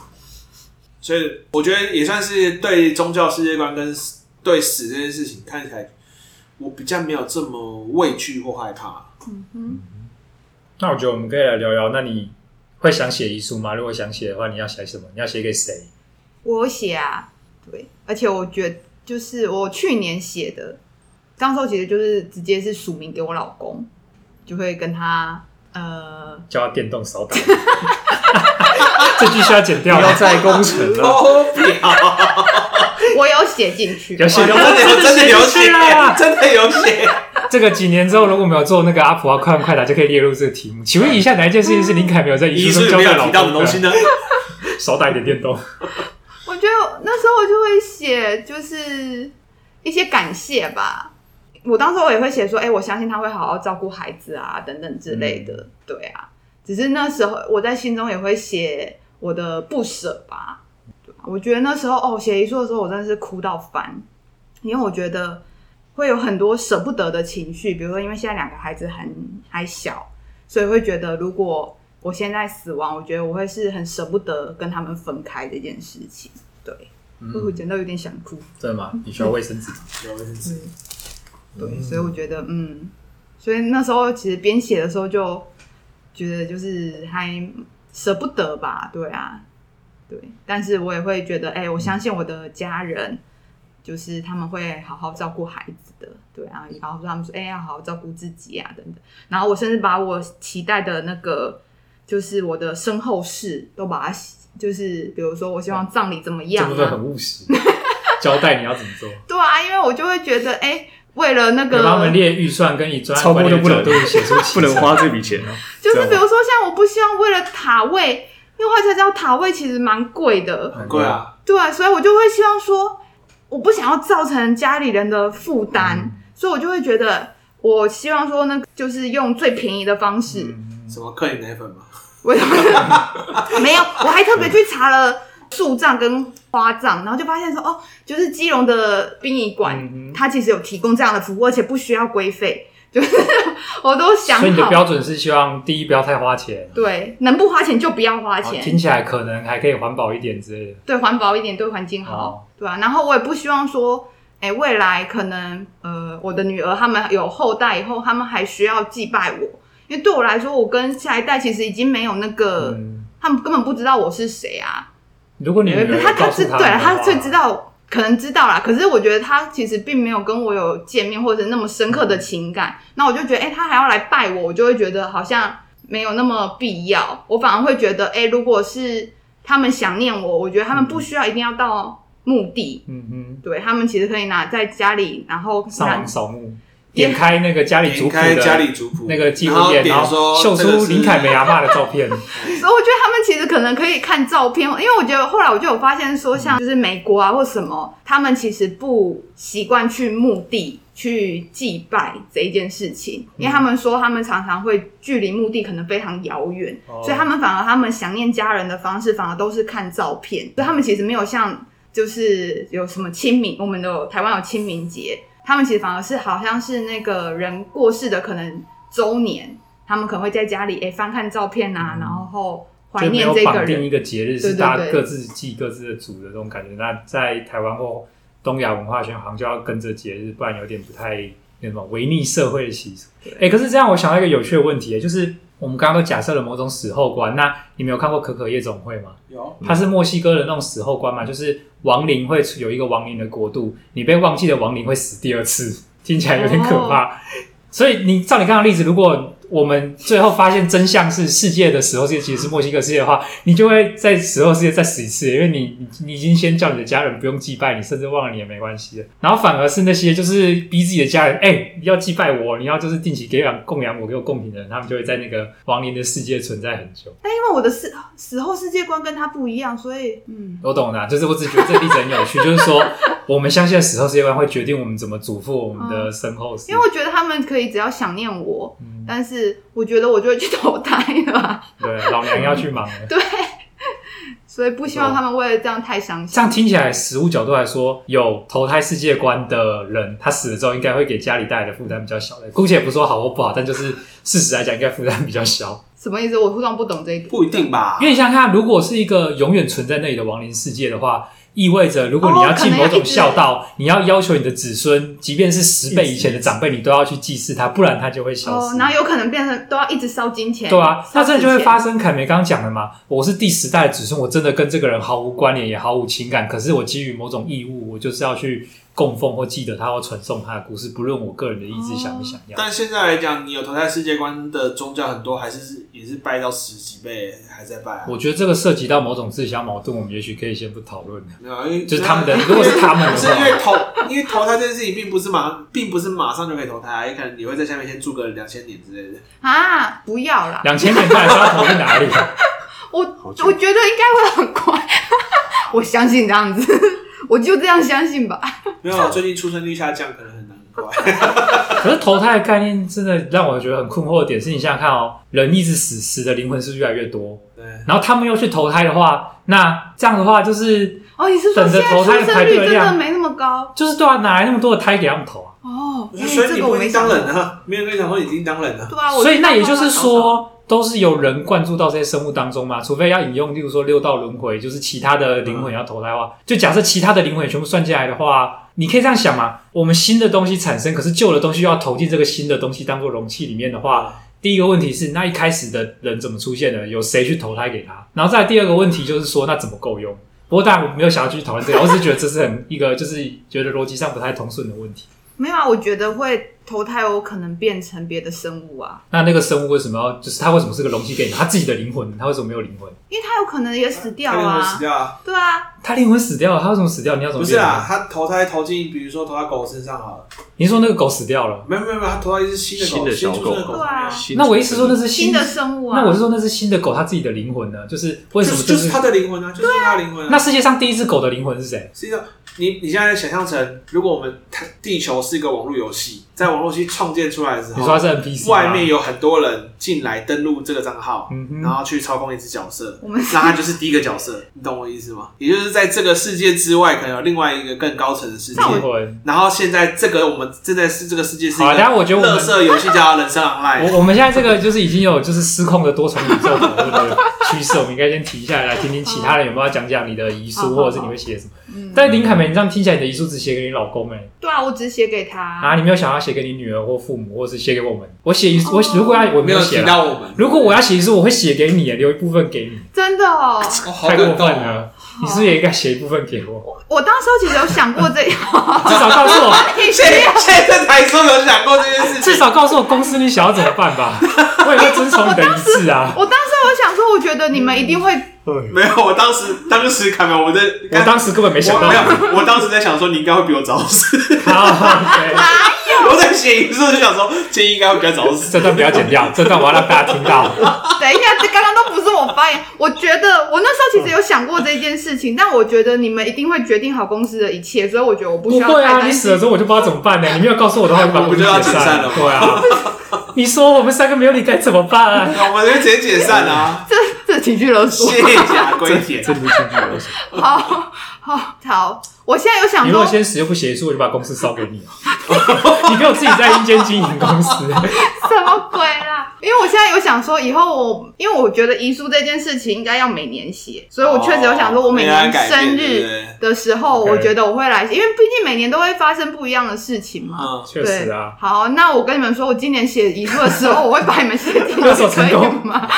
Speaker 1: 所以我觉得也算是对宗教世界观跟死对死这件事情看起来，我比较没有这么畏惧或害怕。
Speaker 5: 嗯哼，
Speaker 2: 那我觉得我们可以来聊聊，那你会想写遗书吗？如果想写的话，你要写什么？你要写给谁？
Speaker 5: 我有写啊，对，而且我觉得就是我去年写的，当时候其实就是直接是署名给我老公，就会跟他呃，
Speaker 2: 叫他电动扫把。 这句需要剪掉吗，啊
Speaker 4: 要在工程啊 了，
Speaker 1: 哦，不要，
Speaker 5: 我有写进 去，
Speaker 2: 有写
Speaker 1: 真
Speaker 2: 到
Speaker 1: 的有真的有血，
Speaker 2: 啊
Speaker 1: 真的有 血。
Speaker 2: 这个几年之后，如果没有做那个阿普阿啊快问快答，就可以列入这个题目。请问以下哪一件事情是林凯没有在
Speaker 1: 遗
Speaker 2: 遗
Speaker 1: 书
Speaker 2: 书
Speaker 1: 里
Speaker 2: 中
Speaker 1: 面有
Speaker 2: 交代 老
Speaker 1: 提到的东
Speaker 2: 公
Speaker 1: 西
Speaker 4: 啊
Speaker 1: 呢？
Speaker 2: 少打一点电动。
Speaker 5: 我觉得那时候我就会写，就是一些感谢吧。我当时我也会写说，哎、我相信他会好好照顾孩子啊，等等之类的。对啊，只是那时候我在心中也会写我的不舍吧。对啊我觉得那时候哦，写遗书的时候，我真的是哭到翻，因为我觉得会有很多舍不得的情绪，比如说因为现在两个孩子很还小，所以会觉得如果我现在死亡，我觉得我会是很舍不得跟他们分开这件事情。对，
Speaker 2: 嗯
Speaker 4: 嗯
Speaker 5: 我觉得有点想哭。
Speaker 2: 真的吗？你需要卫生纸？
Speaker 5: 对，所以我觉得，嗯，所以那时候其实编写的时候就觉得就是还舍不得吧，对啊，对。但是我也会觉得，哎、我相信我的家人，就是他们会好好照顾孩子的，对啊，也告诉他们说，哎、要好好照顾自己啊，等等。然后我甚至把我期待的那个，就是我的身后事都把它写，就是比如说，我希望葬礼怎么
Speaker 2: 这
Speaker 5: 样、
Speaker 2: 部
Speaker 5: 啊，
Speaker 2: 分很务实，交代你要怎么 做。
Speaker 5: 对啊，因为我就会觉得，哎、为了那
Speaker 2: 你
Speaker 5: 个，
Speaker 2: 帮我们列预算跟以专案
Speaker 4: 超过
Speaker 2: 管理
Speaker 4: 就
Speaker 2: 的
Speaker 4: 不能
Speaker 2: 角度写出 起
Speaker 4: 不能
Speaker 2: 程
Speaker 4: 花这笔钱啊。
Speaker 5: 就是比如说像我不希望为了塔位，因为后来才知道塔位其实蛮贵的，
Speaker 1: 很贵啊，
Speaker 5: 对，所以我就会希望说，我不想要造成家里人的负担，
Speaker 2: 嗯
Speaker 5: 所以我就会觉得，我希望说呢，就是用最便宜的方式，
Speaker 2: 嗯
Speaker 1: 什么克林奶粉嘛，
Speaker 5: 为什么？ 没有，我还特别去查了树葬跟花葬，然后就发现说，哦，就是基隆的殡仪馆，
Speaker 2: 嗯
Speaker 5: 它其实有提供这样的服务，而且不需要规费，就是 我都想
Speaker 2: 所以你的
Speaker 5: 好，
Speaker 2: 标准是希望第一不要太花钱，
Speaker 5: 对，能不花钱就不要花
Speaker 2: 哦
Speaker 5: 钱，
Speaker 2: 听起来可能还可以环保一点之类的。
Speaker 5: 对环保一点，对环境好，
Speaker 2: 哦
Speaker 5: 对啊。然后我也不希望说，哎、未来可能呃，我的女儿他们有后代以后，他们还需要祭拜我，因为对我来说，我跟下一代其实已经没有那个，
Speaker 2: 嗯，
Speaker 5: 他们根本不知道我是谁啊。
Speaker 2: 如果你女儿
Speaker 5: 他他
Speaker 2: 告
Speaker 5: 知
Speaker 2: 诉
Speaker 5: 对啊
Speaker 2: 们的
Speaker 5: 他
Speaker 2: 话
Speaker 5: 最知道，可能知道啦。可是我觉得他其实并没有跟我有见面或者那么深刻的情感，那我就觉得，哎、他还要来拜我，我就会觉得哎好像没有那么必要。我反而会觉得，哎、如果是他们想念我，我觉得他们不需要一定要到墓地，
Speaker 2: 嗯哼，
Speaker 5: 对他们其实可以拿在家里，然后
Speaker 2: 上
Speaker 5: 拿
Speaker 2: 网扫墓，点开那个家里
Speaker 1: 点
Speaker 2: 族谱的
Speaker 1: 开家里族谱
Speaker 2: 那个记
Speaker 1: 然
Speaker 2: 录
Speaker 1: 后
Speaker 2: 页，
Speaker 1: 点
Speaker 2: 然后
Speaker 1: 说
Speaker 2: 秀
Speaker 1: 这个
Speaker 2: 出
Speaker 1: 是
Speaker 2: 林凯梅啊阿妈的照 片。
Speaker 5: 所以我觉得他们其实可能可以看照片，因为我觉得后来我就有发现说，像就是美国啊或什么，他们其实不习惯去墓地去祭拜这一件事情，因为他们说他们常常会距离墓地可能非常遥远，
Speaker 2: 哦
Speaker 5: 所以他们反而他们想念家人的方式，反而都是看照片，所以他们其实没有像就是有什么清明，我们的台湾有清明节，他们其实反而是好像是那个人过世的可能周年，他们可能会在家里哎、翻看照片啊，然后怀
Speaker 2: 嗯就没
Speaker 5: 念
Speaker 2: 有
Speaker 5: 这个
Speaker 2: 绑定一
Speaker 5: 人。
Speaker 2: 个节日，
Speaker 5: 对
Speaker 2: 是
Speaker 5: 对
Speaker 2: 大家
Speaker 5: 对
Speaker 2: 各自记各自的组的这种感觉。那在台湾或东亚文化圈好像就要跟着节日，不然有点不太那什么违逆社会的习俗。哎、可是这样我想到一个有趣的问题，就是我们刚刚都假设了某种死后观，那你们有看过《可可夜总会》吗？
Speaker 1: 有
Speaker 2: 它是墨西哥的那种死后观嘛，就是亡灵会有一个亡灵的国度，你被忘记的亡灵会死第二次，听起来有点可怕。 所以你照你刚刚的例子，如果我们最后发现真相是世界的死后世界其实是墨西哥世界的话，你就会在死后世界再死一次，因为你你你已经先叫你的家人不用祭拜你，甚至忘了你也没关系的。然后反而是那些就是逼自己的家人，哎、你要祭拜我，你要就是定期给养供养我给我贡品的人，他们就会在那个亡灵的世界存在很久。
Speaker 5: 但因为我的死死后世界观跟他不一样，所以嗯，
Speaker 2: 我懂的啊、就是我只觉得这个例子很有趣，就是说我们相信的死后世界观会决定我们怎么嘱咐我们的身后事。
Speaker 5: 嗯因为我觉得他们可以只要想念我，
Speaker 2: 嗯
Speaker 5: 但是我觉得我就会去投胎了，
Speaker 2: 对，老娘要去忙了。
Speaker 5: 所以不希望他们为了这样太伤
Speaker 2: 这
Speaker 5: 心。
Speaker 2: 样听起来，实物角度来说，有投胎世界观的人，他死了之后应该会给家里带来的负担比较小的。姑且不说好或不好，但就是事实来讲，应该负担比较 小。
Speaker 5: 什么意思？我突然不懂这个。
Speaker 1: 不一定吧
Speaker 2: 因？为你想想看，如果是一个永远存在那里的亡灵世界的话，意味着如果你
Speaker 5: 哦
Speaker 2: 要尽
Speaker 5: 可能
Speaker 2: 某
Speaker 5: 要
Speaker 2: 种
Speaker 5: 哦一直
Speaker 2: 孝道，你要要求你的子孙，即便是十倍以前的长辈，你都要去祭祀他，不然他就会消
Speaker 5: 哦
Speaker 2: 失。，
Speaker 5: 然后有可能变成都要一直烧金钱，
Speaker 2: 对啊，
Speaker 5: 烧
Speaker 2: 那这就会
Speaker 5: 纸钱
Speaker 2: 发生凯梅刚刚讲的嘛。我是第十代的子孙，我真的跟这个人毫无关联，也毫无情感。可是我基于某种义务，我就是要去供奉或记得他，或传颂他的故事，不论我个人的意志想不想要。
Speaker 1: 但现在来讲，你有投胎世界观的宗教很多，还是也是拜到十几倍还在拜啊？
Speaker 2: 我觉得这个涉及到某种自相矛盾，我们也许可以先不讨论。
Speaker 1: 没有，啊因为
Speaker 2: 就是他们的如果是他们的 话
Speaker 1: 是因为投，因为投胎这件事情并不是马，并不是马上就可以投胎，也可能你会在下面先住个两千年之类的。
Speaker 5: 啊，不要啦，
Speaker 2: 两千年代是要投去哪里？
Speaker 5: 我
Speaker 4: 好
Speaker 5: 我觉
Speaker 4: 久
Speaker 5: 得应该会很快， 我相信这样子， 我就这样相信吧。
Speaker 1: 没 有，啊最近出生率下降，可能很难很快。
Speaker 2: 可是投胎的概念真的让我觉得很困惑的点是，你想想看哦，人一直死，死的灵魂是越来越多，
Speaker 1: 对，
Speaker 2: 然后他们又去投胎的话，那这样的话就是
Speaker 5: 哦，你是说
Speaker 2: 等着
Speaker 5: 现在
Speaker 2: 投
Speaker 5: 出
Speaker 2: 胎的排
Speaker 5: 生
Speaker 2: 队
Speaker 5: 率
Speaker 2: 的
Speaker 5: 真的
Speaker 2: 量
Speaker 5: 没那么高？
Speaker 2: 就是对啊，哪来那么多的胎给他们投啊？
Speaker 5: 哦，
Speaker 1: 我
Speaker 5: 哎
Speaker 1: 说所以
Speaker 5: 这
Speaker 1: 你
Speaker 5: 个我
Speaker 1: 不一
Speaker 5: 没
Speaker 1: 定当
Speaker 5: 想到。
Speaker 1: 人啊，没有跟你讲说你已经当人了。
Speaker 5: 对啊，我
Speaker 2: 所以那也
Speaker 5: 知
Speaker 2: 就
Speaker 5: 道
Speaker 2: 是
Speaker 5: 多少，
Speaker 2: 说，都是由人灌注到这些生物当中嘛，除非要引用，例如说六道轮回，就是其他的灵魂要投胎的话，就假设其他的灵魂也全部算进来的话，你可以这样想嘛，我们新的东西产生，可是旧的东西又要投进这个新的东西当做容器里面的话。第一个问题是，那一开始的人怎么出现的？有谁去投胎给他？然后再来第二个问题就是说，那怎么够用？不过当然我没有想要继续讨论这个，我只是觉得这是很一个就是觉得逻辑上不太通顺的问题。
Speaker 5: 没有啊，我觉得会投胎，有可能变成别的生物啊，
Speaker 2: 那那个生物为什么要？就是它为什么是个容器给你？它自己的灵魂，它为什么没有灵魂？
Speaker 5: 因为他有可能也死掉
Speaker 1: 他灵魂死
Speaker 5: 啊。
Speaker 1: 掉啊？
Speaker 5: 对啊，
Speaker 2: 它灵魂死掉了，它为什么死掉？你要怎么？
Speaker 1: 不是啊，，他投胎投进，比如说投到狗身上好了，
Speaker 2: 你是说那个狗死掉了？
Speaker 1: 没有没有没有，他投到一只新的
Speaker 4: 新
Speaker 1: 狗，
Speaker 4: 的小
Speaker 1: 新
Speaker 4: 狗
Speaker 1: 出生的狗
Speaker 5: 对啊
Speaker 4: 新
Speaker 2: 那我意思说那是
Speaker 5: 新的生物啊。
Speaker 2: 那我是说那是新的狗，它自己的灵魂呢？就是为
Speaker 1: 就
Speaker 2: 什么
Speaker 1: 是就是他的灵魂啊，就是他的灵魂啊。
Speaker 2: 那世界上第一只狗的灵魂是谁？
Speaker 1: 实际上，你你现在想象成，如果我们它地球是一个网络游戏，在网络游戏创建出来的时
Speaker 2: 你
Speaker 1: 候，
Speaker 2: 说它是 NPC 吗
Speaker 1: 哦外面有很多人进来登录这个账号，
Speaker 2: 嗯哼
Speaker 1: 然后去操控一只角色，
Speaker 5: 我们
Speaker 1: 那他就是第一个角色，你懂我意思吗？也就是在这个世界之外，可能有另外一个更高层的世界
Speaker 5: 那。
Speaker 2: 灵
Speaker 5: 我
Speaker 2: 魂。
Speaker 1: 然后现在这个我们正在是这个世界是一
Speaker 2: 好啊，等一
Speaker 1: 个
Speaker 2: 下我觉得我
Speaker 1: 乐
Speaker 2: 们
Speaker 1: 色游戏叫人生 online，
Speaker 2: 我我们现在这个就是已经有就是失控的多重宇宙讨论的趋势，我们应该先停下来，来听听其他人有没有要讲讲你的遗
Speaker 5: 好
Speaker 2: 书，
Speaker 5: 好
Speaker 2: 或者是你会写什么。
Speaker 5: 嗯，
Speaker 2: 但林凯梅，你这样听起来，你的遗书只写给你老公哎、
Speaker 5: 对啊，我只写给他。
Speaker 2: 啊，你没有想要写给你女儿或父母，或者是写给我们？我写遗，我如果要我
Speaker 1: 没
Speaker 2: 没
Speaker 1: 有
Speaker 2: 有写
Speaker 1: 提
Speaker 2: 啦
Speaker 1: 到我们。
Speaker 2: 如果我要写遗书，我会写给你，留一部分给你。
Speaker 5: 真的哦，
Speaker 1: 哦，好
Speaker 2: 太过
Speaker 1: 感
Speaker 2: 分
Speaker 1: 动啊！
Speaker 2: 了，你是不是也应该写一部分给我？
Speaker 5: 我当时候其实有想过这，
Speaker 2: 至少告诉我，
Speaker 1: 现现在才说有想过这件事情，
Speaker 2: 至少告诉我公司你想要怎么办吧。我也会遵从你的一致啊。
Speaker 5: 我当时候有想说，我觉得你们一定会
Speaker 1: 没有，我当时当时看到我在，
Speaker 2: 我当时根本没想
Speaker 1: 我
Speaker 2: 到
Speaker 1: 没。有，我当时在想说你应该会比我早死，
Speaker 2: 好，OK，
Speaker 1: 我在写遗书就想说建议应该会比较早死。
Speaker 2: 这段不要剪掉，这段我要让大家听到。
Speaker 5: 等一下，这刚刚都不是我发言。我觉得我那时候其实有想过这件事情，但我觉得你们一定会决定好公司的一切，所以我觉得我不需
Speaker 2: 不
Speaker 5: 要
Speaker 2: 会
Speaker 5: 太
Speaker 2: 啊，你
Speaker 5: 担
Speaker 2: 死了
Speaker 5: 心。
Speaker 2: 之后我就不知道怎么办呢。你没有告诉我的话，把
Speaker 1: 我们就要
Speaker 2: 公司解
Speaker 1: 解散了
Speaker 2: 对啊，你说我们三个没有你该怎么办啊？
Speaker 1: 那我们就直接解散啊！
Speaker 5: 这这情绪勒索，
Speaker 1: 卸甲归田，
Speaker 4: 真的是进去了。
Speaker 5: 好好好，我现在有想
Speaker 2: 你如果
Speaker 5: 说，
Speaker 2: 先死又不写书，我就把公司 烧给你啊。你给我自己在阴间经营公司。
Speaker 5: 什么鬼啦？因为因为我现在有想说，以后我因为我觉得遗书这件事情应该要每年写，所以我确实有想说，我每年生日
Speaker 1: 日，
Speaker 5: 的时候，
Speaker 2: OK
Speaker 5: 我觉得我会来写，因为毕竟每年都会发生不一样的事情嘛。
Speaker 1: 嗯，
Speaker 2: 确实啊，
Speaker 5: 好，那我跟你们说，我今年写遗书的时候，我会把你们写 进去，
Speaker 2: 勒索
Speaker 5: 可
Speaker 2: 成
Speaker 5: 以
Speaker 2: 功
Speaker 5: 吗？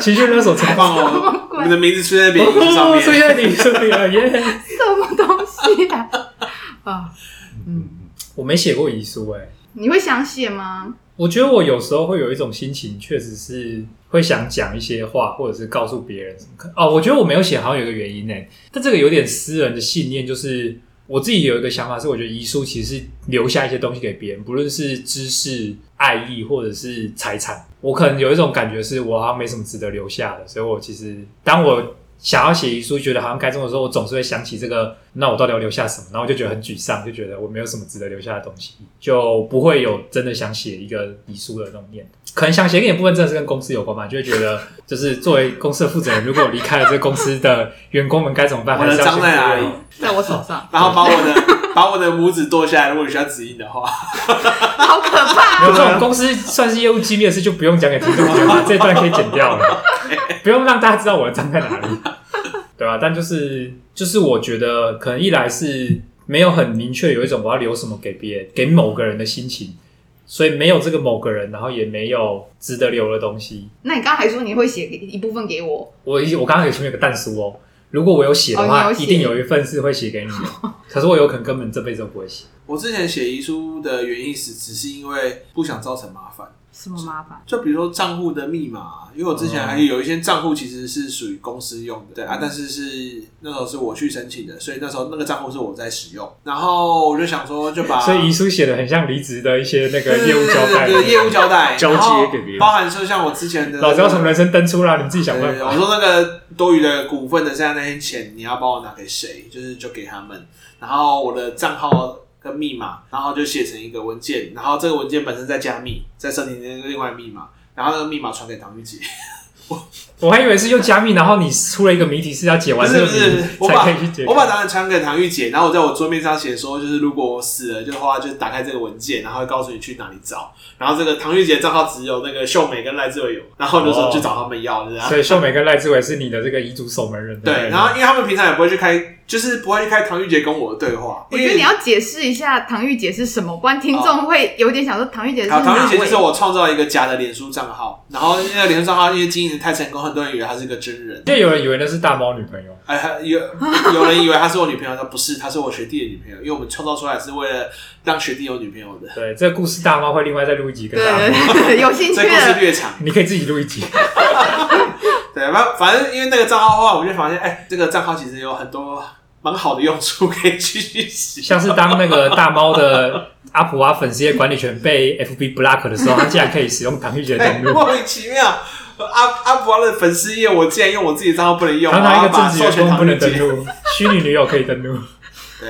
Speaker 2: 情绪勒索成
Speaker 1: 好
Speaker 2: 功，
Speaker 1: 棒哦！我们的名字出现在别人名字上
Speaker 2: 哦，出
Speaker 1: 面，
Speaker 2: 现你这里了耶！
Speaker 5: 什么东西啊？ 啊，
Speaker 4: 嗯，
Speaker 2: 我没写过遗书哎、
Speaker 5: 你会想写吗？
Speaker 2: 我觉得我有时候会有一种心情，确实是会想讲一些话，或者是告诉别人什么可。哦，我觉得我没有写，好像有一个原因呢、欸但这个有点私人的信念，就是我自己有一个想法，是我觉得遗书其实是留下一些东西给别人，不论是知识、爱意或者是财产。我可能有一种感觉，是我好像没什么值得留下的，所以我其实当我。想要写遗书，觉得好像该这么说，我总是会想起这个，那我到底要留下什么？然后我就觉得很沮丧，就觉得我没有什么值得留下的东西，就不会有真的想写一个遗书的那种念头。可能想写一点部分真的是跟公司有关吧，就会觉 得就是作为公司的负责人，如果我离开了这个公司的员工们该怎么办？
Speaker 1: 我
Speaker 2: 还
Speaker 1: 的啊
Speaker 2: 是要
Speaker 1: 章
Speaker 2: 写
Speaker 1: 在哪里？
Speaker 5: 在我 手上，
Speaker 1: 然后把我 的把我的拇指剁下来，如果你需要指引的话，
Speaker 5: 好可怕！
Speaker 2: 没有这种公司算是业务机密的事，就不用讲给听众听了，这段可以剪 掉了，不用让大家知道我的章在哪里，对吧、但就是就是我觉得可能一来是没有很明确有一种我要留什么给别人给某个人的心情，所以没有这个某个人，然后也没有值得留的东西。
Speaker 5: 那你刚才还说你会写给一部分给我，
Speaker 2: 我我刚刚有前面有个蛋书哦，如果我有写的
Speaker 5: 哦你
Speaker 2: 话，
Speaker 5: 有写
Speaker 2: 一定有一份是会写给你 的，可是我有可能根本这辈子都不会写。
Speaker 1: 我之前写遗书的原因是只是因为不想造成麻烦，
Speaker 5: 什么麻烦？
Speaker 1: 就比如说账户的密码，因为我之前还有一些账户其实是属于公司用的，对
Speaker 2: 嗯
Speaker 1: 啊，但是是那时候是我去申请的，所以那时候那个账户是我在使用，然后我就想说就把
Speaker 2: 所以遗书写的很像离职的一些那个
Speaker 1: 啊对
Speaker 2: 业务交代，
Speaker 1: 对对对业务交 代
Speaker 4: 交接
Speaker 1: 然后
Speaker 4: 给别人
Speaker 1: 包含说像我之前的
Speaker 2: 老子要从人生登出啦，你自己想
Speaker 1: 对
Speaker 2: 办
Speaker 1: 对，我
Speaker 2: 法。
Speaker 1: 说那个多余的股份的现在那些钱，你要帮我拿给谁？就是就给他们，然后我的账号跟密码，然后就写成一个文件，然后这个文件本身再加密，再设定那个另外的密码，然后那个密码传给唐玉姐。
Speaker 2: 我还以为是用加密，然后你出了一个谜题是要解
Speaker 1: 不
Speaker 2: 完
Speaker 1: 是
Speaker 2: 这个
Speaker 1: 不是
Speaker 2: 谜，
Speaker 1: 我
Speaker 2: 才
Speaker 1: 把
Speaker 2: 可以去解开。
Speaker 1: 我把答案传给唐玉姐，然后我在我桌面上写说，就是如果我死了就的话，就打开这个文件，然后会告诉你去哪里找。然后这个唐玉姐的账号只有那个秀美跟赖志伟有，然后我就说
Speaker 2: 哦
Speaker 1: 去找他们要，这样。
Speaker 2: 所以秀美跟赖志伟是你的这个遗嘱守门人。不
Speaker 1: 啊对，然后因为他们平常也不会去开，就是不会去开唐玉杰跟我的对话。
Speaker 5: 我觉得你要解释一下唐玉姐是什么，不然听众会有点想说唐玉姐是
Speaker 1: 好，
Speaker 5: 哪
Speaker 1: 唐玉杰就是
Speaker 5: 位？
Speaker 1: 我创造一个假的脸书账号，然后那个脸书账号因为经营的太成功，很多人以为他是个真人。
Speaker 2: 就有人以为那是大猫女朋友，
Speaker 1: 哎，还有有人以为他是我女朋友，他不是，他是我学弟的女朋友，因为我们创造出来是为了让学弟有女朋友的。
Speaker 2: 对这个故事大猫会另外再录一集跟
Speaker 5: 对
Speaker 2: 大家
Speaker 5: 对
Speaker 2: 说，
Speaker 5: 对，对有兴趣
Speaker 1: 这故事
Speaker 5: 的
Speaker 1: 略长，
Speaker 2: 你可以自己录一集。
Speaker 1: 对，反反正因为那个账号的话，我就发现，哎，这个账号其实有很多蛮好的用处 可以去使用。
Speaker 2: 像是当那个大猫的阿普啊粉丝页管理权被 FB block 的时候，他竟然可以使用唐玉姐的
Speaker 1: 哎
Speaker 2: 登，录。
Speaker 1: 莫名其妙，阿阿布拉的粉丝页，我竟然用我自己账号不能用，
Speaker 2: 然后
Speaker 1: 我
Speaker 2: 他一
Speaker 1: 要
Speaker 2: 个
Speaker 1: 把
Speaker 2: 正职
Speaker 1: 授
Speaker 2: 员
Speaker 1: 权
Speaker 2: 工不
Speaker 1: 唐
Speaker 2: 能
Speaker 1: 人
Speaker 2: 登
Speaker 1: 街。
Speaker 2: 录，虚拟女友可以登录。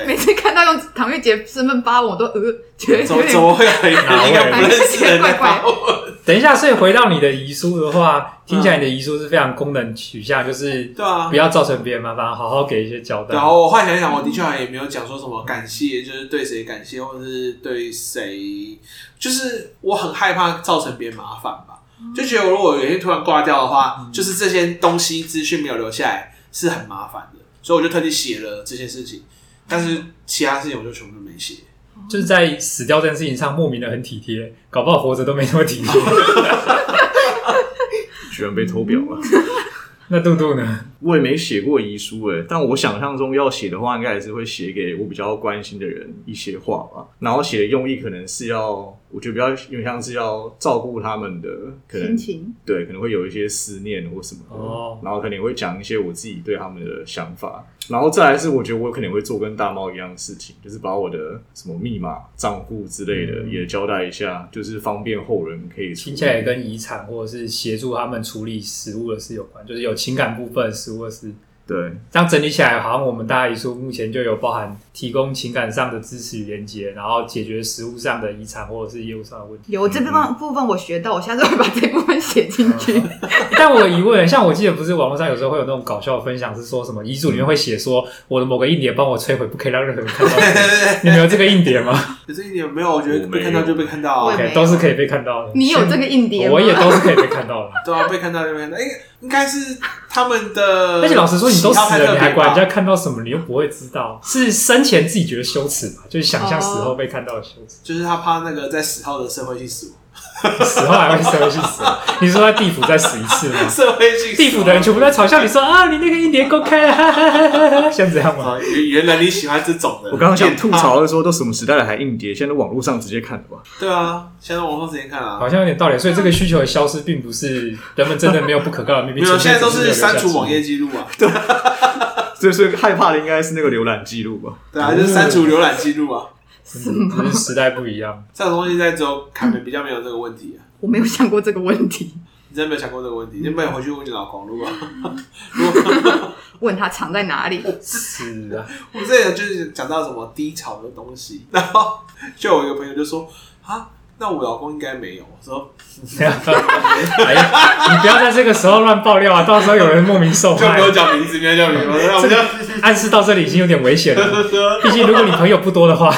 Speaker 5: 每次看到用唐玉姐身份发我，我都呃觉得
Speaker 1: 怎
Speaker 5: 有
Speaker 1: 么
Speaker 5: 点
Speaker 1: 怎么会有一个一个不认识的人在帮我？
Speaker 2: 等一下，所以回到你的遗书的话，听起来你的遗书是非常功能取向，就是
Speaker 1: 对啊
Speaker 2: 不，要造成别人麻烦，好好给一些交代
Speaker 1: 然。后我后来想一想，我的确好像也没有讲说什么感谢，就是对谁感谢，或者是对谁，就是我很害怕造成别人麻烦吧，就觉得如果有一天突然挂掉的
Speaker 2: 嗯
Speaker 1: 话，就是这些东西资讯没有留下来是很麻烦的，所以我就特地写了这些事情，但是其他事情我就全部都没写。
Speaker 2: 就是在死掉这件事情上，莫名的很体贴，搞不好活着都没那么体贴。
Speaker 4: 居然被偷表了。
Speaker 2: 那杜杜呢？
Speaker 4: 我也没写过遗书诶，但我想象中要写的话，应该也是会写给我比较关心的人一些话吧。然后写的用意可能是要，我觉得比较有点像是要照顾他们的可
Speaker 5: 心，
Speaker 4: 能
Speaker 5: 情。
Speaker 4: 对，可能会有一些思念或什么的。
Speaker 2: 哦
Speaker 4: 然后可能也会讲一些我自己对他们的想法。然后再来是，我觉得我可能会做跟大猫一样的事情，就是把我的什么密码、账户之类的
Speaker 2: 嗯
Speaker 4: 也交代一下，就是方便后人可以处
Speaker 2: 听
Speaker 4: 理
Speaker 2: 起来也跟遗产或者是协助他们处理食物的事有关，就是有情感部分食物的事。
Speaker 4: 对。
Speaker 2: 这样整理起来，好像我们大家遗书目前就有包含提供情感上的支持与连接，然后解决食物上的遗产或者是业务上的问题。
Speaker 5: 有这部分部分我学到，我下次会把这部分写进去。
Speaker 2: 但我有疑问，像我记得不是网络上有时候会有那种搞笑的分享，是说什么遗 嘱里面会写说我的某个硬碟帮我摧毁，不可以让任何人看到。你们有这个硬碟吗？
Speaker 1: 可是你有没有？我觉得
Speaker 4: 我没
Speaker 1: 被
Speaker 4: 有
Speaker 1: 看到就被看到啊
Speaker 5: 我也没，
Speaker 2: OK，
Speaker 5: 有
Speaker 2: 都是可以被看到的。
Speaker 5: 你有这个硬碟吗？
Speaker 2: 我也都是可以被看到的。
Speaker 1: 对啊，被看到就被看到。应应该是他们的。
Speaker 2: 而且老实说，你都
Speaker 1: 喜好
Speaker 2: 死
Speaker 1: 太特
Speaker 2: 了，你
Speaker 1: 别
Speaker 2: 还管人
Speaker 1: 吧
Speaker 2: 家看到什么？你又不会知道，是生前自己觉得羞耻吧？就是想象死后被看到的羞耻，
Speaker 1: 就是他怕那个在死后的社会性死亡，
Speaker 2: 死后还会社会性死亡。你是说在地府再死一次吗？
Speaker 1: 社会性死亡
Speaker 2: 地府的人全部在嘲笑你说啊，你那个一年公开了哈哈哈哈哈哈，像这 样吗？
Speaker 1: 啊原原来你喜欢这种的。
Speaker 4: 我刚刚想吐
Speaker 1: 变态
Speaker 4: 槽的说，都什么时代了还硬碟？现在都网络上直接看了吧？
Speaker 1: 对啊，现在网上时间看啊，
Speaker 2: 好像有点道理，所以这个需求的消失，并不是人们真的没有不可告的秘密。
Speaker 1: 没有，
Speaker 2: 纯粹
Speaker 1: 现在都
Speaker 2: 只
Speaker 1: 是
Speaker 2: 留下
Speaker 1: 删除
Speaker 2: 记忆
Speaker 1: 网页。记录啊，
Speaker 4: 最最害怕的应该是那个浏览记录吧？
Speaker 1: 对啊，就是删除浏览记录啊，
Speaker 2: 嗯只是时代不一样。
Speaker 1: 这种东西在只有凯门比较没有这个问题啊。
Speaker 5: 我没有想过这个问题，
Speaker 1: 你真的没有想过这个问题？你有没有回去问你老公？如果 如果
Speaker 5: 问他藏在哪里？
Speaker 2: 是啊，
Speaker 1: 我们这个就是讲到什么低潮的东西，然后 就有一个朋友就说啊，那我老公应该没有。我说
Speaker 2: 哎呀，你不要在这个时候乱爆料啊，到时候有人莫名受
Speaker 1: 就没
Speaker 2: 害
Speaker 1: 有。讲名字，没有讲名字，我
Speaker 2: 这
Speaker 1: 们就
Speaker 2: 个暗示到这里已经有点危险了。毕竟如果你朋友不多的话，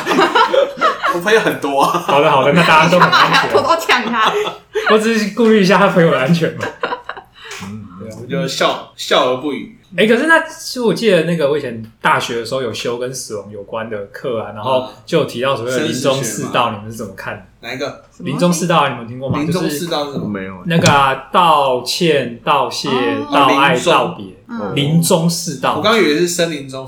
Speaker 1: 我朋友很多啊，
Speaker 2: 好的好的，那大家都很
Speaker 5: 干嘛还
Speaker 2: 安
Speaker 5: 要偷
Speaker 2: 全。
Speaker 5: 偷 抢他？
Speaker 2: 我只是顾虑一下他朋友的安全嘛。
Speaker 1: 我们就笑笑而不语。
Speaker 2: 哎、可是那其实我记得那个我以前大学的时候有修跟死亡有关的课啊，然后就有提到所谓的临终世道，你们是怎么看的？
Speaker 1: 哪一个？
Speaker 5: 什么
Speaker 2: 临终世道啊你们听过吗？
Speaker 1: 临
Speaker 2: 就
Speaker 1: 终
Speaker 2: 是
Speaker 1: 世道是什
Speaker 4: 我
Speaker 1: 么？
Speaker 4: 没有、欸，
Speaker 2: 那个啊道歉、道谢、
Speaker 5: 哦
Speaker 2: 道爱、
Speaker 1: 临终
Speaker 2: 道别，
Speaker 5: 嗯
Speaker 2: 临终世道。
Speaker 1: 我刚以为是森林中，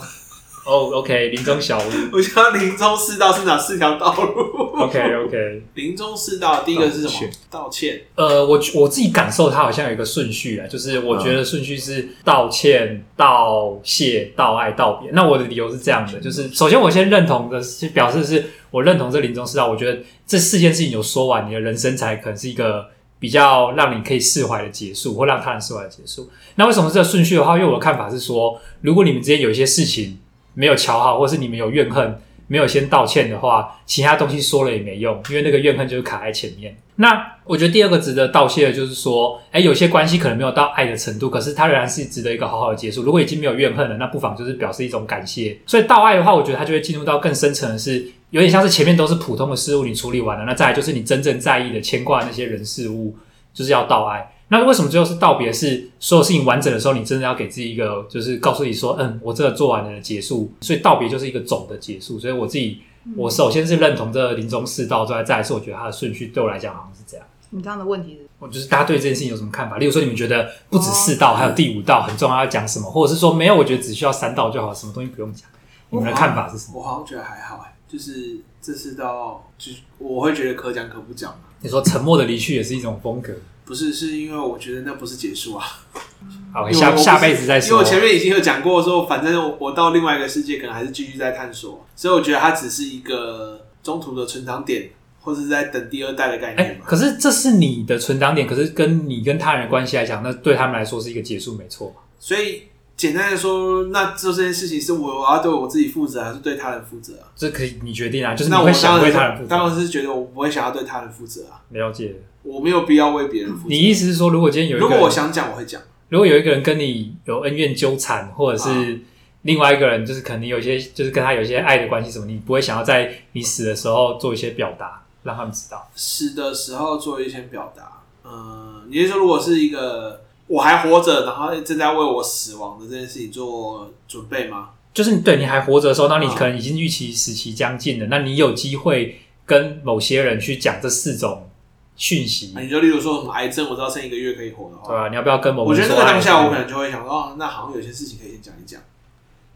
Speaker 2: 哦、o k 临终小屋。
Speaker 1: 我想到林中世道是哪四条道路？
Speaker 2: OK OK。
Speaker 1: 林中世道第一个是什么
Speaker 4: 道歉？
Speaker 1: 道歉。
Speaker 2: 呃，我我自己感受它好像有一个顺序啊，就是我觉得顺序是道歉、道谢、道爱、道别。那我的理由是这样的，就是首先我先认同的是表示是我认同这临终世道，我觉得这四件事情有说完，你的人生才可能是一个比较让你可以释怀的结束，或让他人释怀的结束。那为什么是这个顺序的话？因为我的看法是说，如果你们之间有一些事情没有瞧好，或是你们有怨恨，没有先道歉的话，其他东西说了也没用，因为那个怨恨就是卡在前面。那我觉得第二个值得道谢的就是说，哎，有些关系可能没有到爱的程度，可是它仍然是值得一个好好的结束。如果已经没有怨恨了，那不妨就是表示一种感谢。所以道爱的话，我觉得它就会进入到更深层的是，有点像是前面都是普通的事物你处理完了，那再来就是你真正在意的牵挂的那些人事物，就是要道爱。那为什么最后是道别？是所有事情完整的时候，你真的要给自己一个，就是告诉自己说，嗯，我这个做完了的结束。所以道别就是一个总的结束。所以我自己，
Speaker 1: 嗯
Speaker 2: 我首先是认同这个临终世道，之外，再来是我觉得它的顺序对我来讲好像是这样。
Speaker 5: 你这样的问题是
Speaker 2: 我就是大家对这件事情有什么看法？例如说，你们觉得不止四
Speaker 1: 哦
Speaker 2: 道，还有第五道很重要，要讲什么？或者是说，没有，我觉得只需要三道就好，什么东西不用讲？你
Speaker 1: 哦
Speaker 2: 们的看法是什么？
Speaker 1: 我好像觉得还好哎，就是这世道，就是我会觉得可讲可不讲嘛。
Speaker 2: 你说沉默的离去也是一种风格。
Speaker 1: 不是，是因为我觉得那不是结束啊。
Speaker 2: 好，
Speaker 1: 因为我
Speaker 2: 哦下
Speaker 1: 不是
Speaker 2: 下辈子再
Speaker 1: 因为
Speaker 2: 说
Speaker 1: 我。前面已经有讲过说，反正我我到另外一个世界，可能还是继续在探索，所以我觉得它只是一个中途的存档点，或者是在等第二代的概
Speaker 2: 哎、
Speaker 1: 念嘛。
Speaker 2: 可是这是你的存档点，可是跟你跟他人的关系来讲，那对他们来说是一个结束，没错嘛。
Speaker 1: 所以简单的说，那做这件事情是我我要对我自己负责，还是对他人负责啊？
Speaker 2: 这可以你决定啊，就是你
Speaker 1: 那我
Speaker 2: 会想
Speaker 1: 当
Speaker 2: 为
Speaker 1: 然
Speaker 2: 他人负
Speaker 1: 是当
Speaker 2: 责。
Speaker 1: 然是觉得我不会想要对他人负责啊，
Speaker 2: 了解。
Speaker 1: 我没有必要为别人负责
Speaker 2: 你。意思是说，如果今天有一个
Speaker 1: 如
Speaker 2: 人，
Speaker 1: 果我想讲，我会讲。
Speaker 2: 如果有一个人跟你有恩怨纠缠，或者
Speaker 1: 啊
Speaker 2: 是另外一个人，就是可能有一些就是跟他有一些爱的关系什么，你不会想要在你死的时候做一些表达，让他们知道。
Speaker 1: 死的时候做一些表达。嗯，也就是说，如果是一个我还活着，然后正在为我死亡的这件事情做准备吗？
Speaker 2: 就是对你还活着的时候，当你
Speaker 1: 啊
Speaker 2: 可能已经预期死期将近了，那你有机会跟某些人去讲这四种讯息
Speaker 1: 啊，你就例如说什么癌症，我知道剩一个月可以活的
Speaker 2: 对
Speaker 1: 话，
Speaker 2: 啊吧、你要不要跟某
Speaker 1: 我
Speaker 2: 个
Speaker 1: 觉
Speaker 2: 人
Speaker 1: 得
Speaker 2: 说
Speaker 1: 那个
Speaker 2: 爱
Speaker 1: 当
Speaker 2: 你？
Speaker 1: 下我可能就会想说，哦，那好像有些事情可以先讲一讲。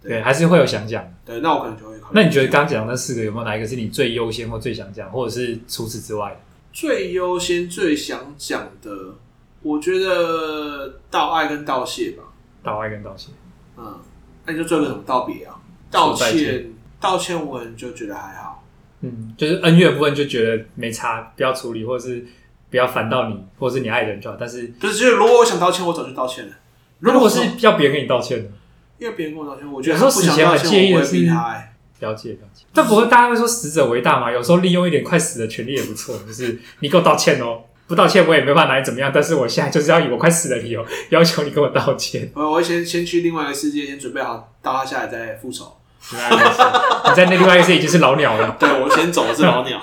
Speaker 2: 对，还是会有想讲。
Speaker 1: 对，那我可能就会考虑。
Speaker 2: 那你觉得刚刚讲的那四个有没有哪一个是你最优先或最想讲，或者是除此之外的？
Speaker 1: 最优先、最想讲的，我觉得道爱跟道谢吧。
Speaker 2: 道爱跟道谢，
Speaker 1: 嗯，那你就做个什么道别啊？道
Speaker 2: 说再
Speaker 1: 歉，道歉，我可能就觉得还好。
Speaker 2: 嗯，就是恩怨部分就觉得没差，不要处理，或者是不要烦到你，或者是你爱的人就好。但是
Speaker 1: 不是，就是如果我想道歉，我早就道歉了。
Speaker 2: 如果是要别人跟你道歉的，
Speaker 1: 因为别人跟我道歉，我觉
Speaker 2: 有
Speaker 1: 得
Speaker 2: 时
Speaker 1: 他
Speaker 2: 候
Speaker 1: 不想
Speaker 2: 死前
Speaker 1: 道
Speaker 2: 很
Speaker 1: 歉，
Speaker 2: 介意
Speaker 1: 我
Speaker 2: 的
Speaker 1: 不会逼
Speaker 2: 是
Speaker 1: 他、欸。
Speaker 2: 了解了解。但不过大家会说死者为大嘛，有时候利用一点快死的权利也不错，就是你给我道歉哦。不道歉我也没办法拿你怎么样，但是我现在就是要以我快死的理由 要求你跟我道歉。
Speaker 1: 我我会先先去另外一个世界，先准备好到他下来再复仇。
Speaker 2: 另外一个是 你在那另外一个世界已经是老鸟了，
Speaker 1: 对我先走的是老鸟。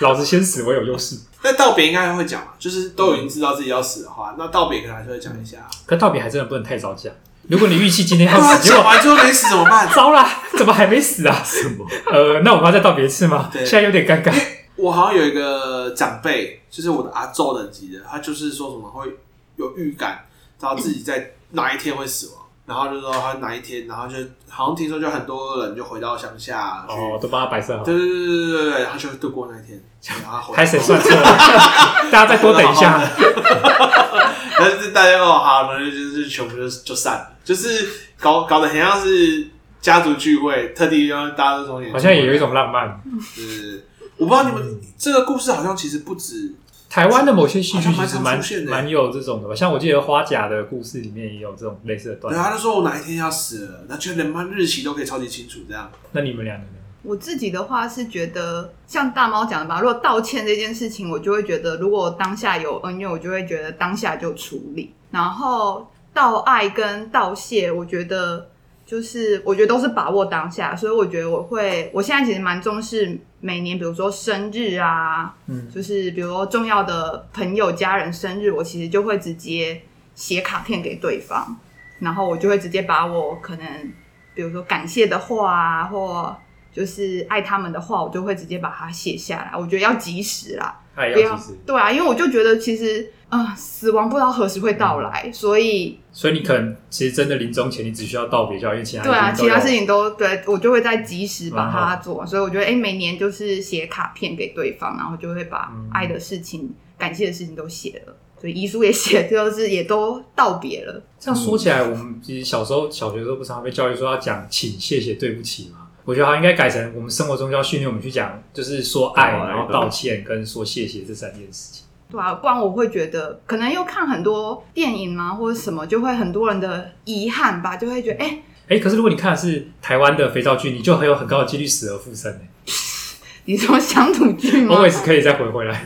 Speaker 2: 老子先死，我有优势。
Speaker 1: 但道别应该会讲嘛，就是都已经知道自己要死的话，那道别可能还是会讲一下。
Speaker 2: 可道别还真的不能太早讲。如果你预期今天要
Speaker 1: 那 他
Speaker 2: 死，结
Speaker 1: 讲
Speaker 2: 果
Speaker 1: 完之后没死怎么办？
Speaker 2: 糟啦，怎么还没死啊？
Speaker 4: 什么？
Speaker 2: 呃，那我们要再道别一次吗？
Speaker 1: 对
Speaker 2: 现在有点尴尬。
Speaker 1: 我好像有一个长辈，就是我的阿昼等级的，他就是说什么会有预感，知道自己在哪一天会死亡，然后就说他哪一天，然后就好像听说就很多人就回到乡下去，
Speaker 2: 哦，都帮他摆设好，
Speaker 1: 对对对对对对对，他就度过那一天，然后回
Speaker 2: 拍谁算 错了？大家再多等一下。
Speaker 1: 但是大家哦，好，然后就是全部就就散了，就是搞搞得很像是家族聚会，特地让大家都从
Speaker 2: 好像也有一种浪漫。
Speaker 1: 是，我不知道你们这个故事好像其实不止
Speaker 2: 台湾的某些戏剧其实
Speaker 1: 好像啊蛮
Speaker 2: 蛮
Speaker 1: 常出现的
Speaker 2: 蛮有这种的吧，像我记得花甲的故事里面也有这种类似的段
Speaker 1: 对，他啊
Speaker 2: 落。
Speaker 1: 就说我哪一天要死了，那就连日期都可以超级清楚，这样
Speaker 2: 那你们两个呢？
Speaker 5: 我自己的话是觉得，像大猫讲的吧，如果道歉这件事情，我就会觉得，如果当下有恩怨，我就会觉得当下就处理。然后道爱跟道谢，我觉得就是我觉得都是把握当下，所以我觉得我会，我现在其实蛮重视每年，比如说生日啊，
Speaker 2: 嗯，
Speaker 5: 就是比如说重要的朋友、家人生日，我其实就会直接写卡片给对方，然后我就会直接把我可能，比如说感谢的话啊，或就是爱他们的话，我就会直接把它写下来。我觉得要及时啦，
Speaker 2: 爱
Speaker 5: 不要
Speaker 2: 要及时，
Speaker 5: 对啊，因为我就觉得其实啊、呃死亡不知道何时会到来，所以
Speaker 2: 所以你可能其实真的临终前你只需要道别就好，因为其他
Speaker 5: 对啊，
Speaker 2: 已经
Speaker 5: 其
Speaker 2: 都有
Speaker 5: 他事情都对我就会在及时把
Speaker 2: 蛮
Speaker 5: 它做，所以我觉得哎、诶每年就是写卡片给对方，然后就会把
Speaker 2: 嗯
Speaker 5: 爱的事情、感谢的事情都写了，所以遗书也写， 就是也都道别了。
Speaker 2: 这样说起来，我们其实小时候小学的时候不常被教育说要讲请、谢谢、对不起嘛。我觉得它应该改成我们生活中就要训练我们去讲，就是说爱，
Speaker 4: 道爱
Speaker 2: 然后道歉跟说谢谢这三件事情。
Speaker 5: 对啊，不然我会觉得，可能又看很多电影嘛，或者什么，就会很多人的遗憾吧，就会觉得，哎、
Speaker 2: 哎，可是如果你看的是台湾的肥皂剧，你就很有很高的几率死而复生诶、
Speaker 5: 你说乡土剧吗？
Speaker 2: always 可以再回回来。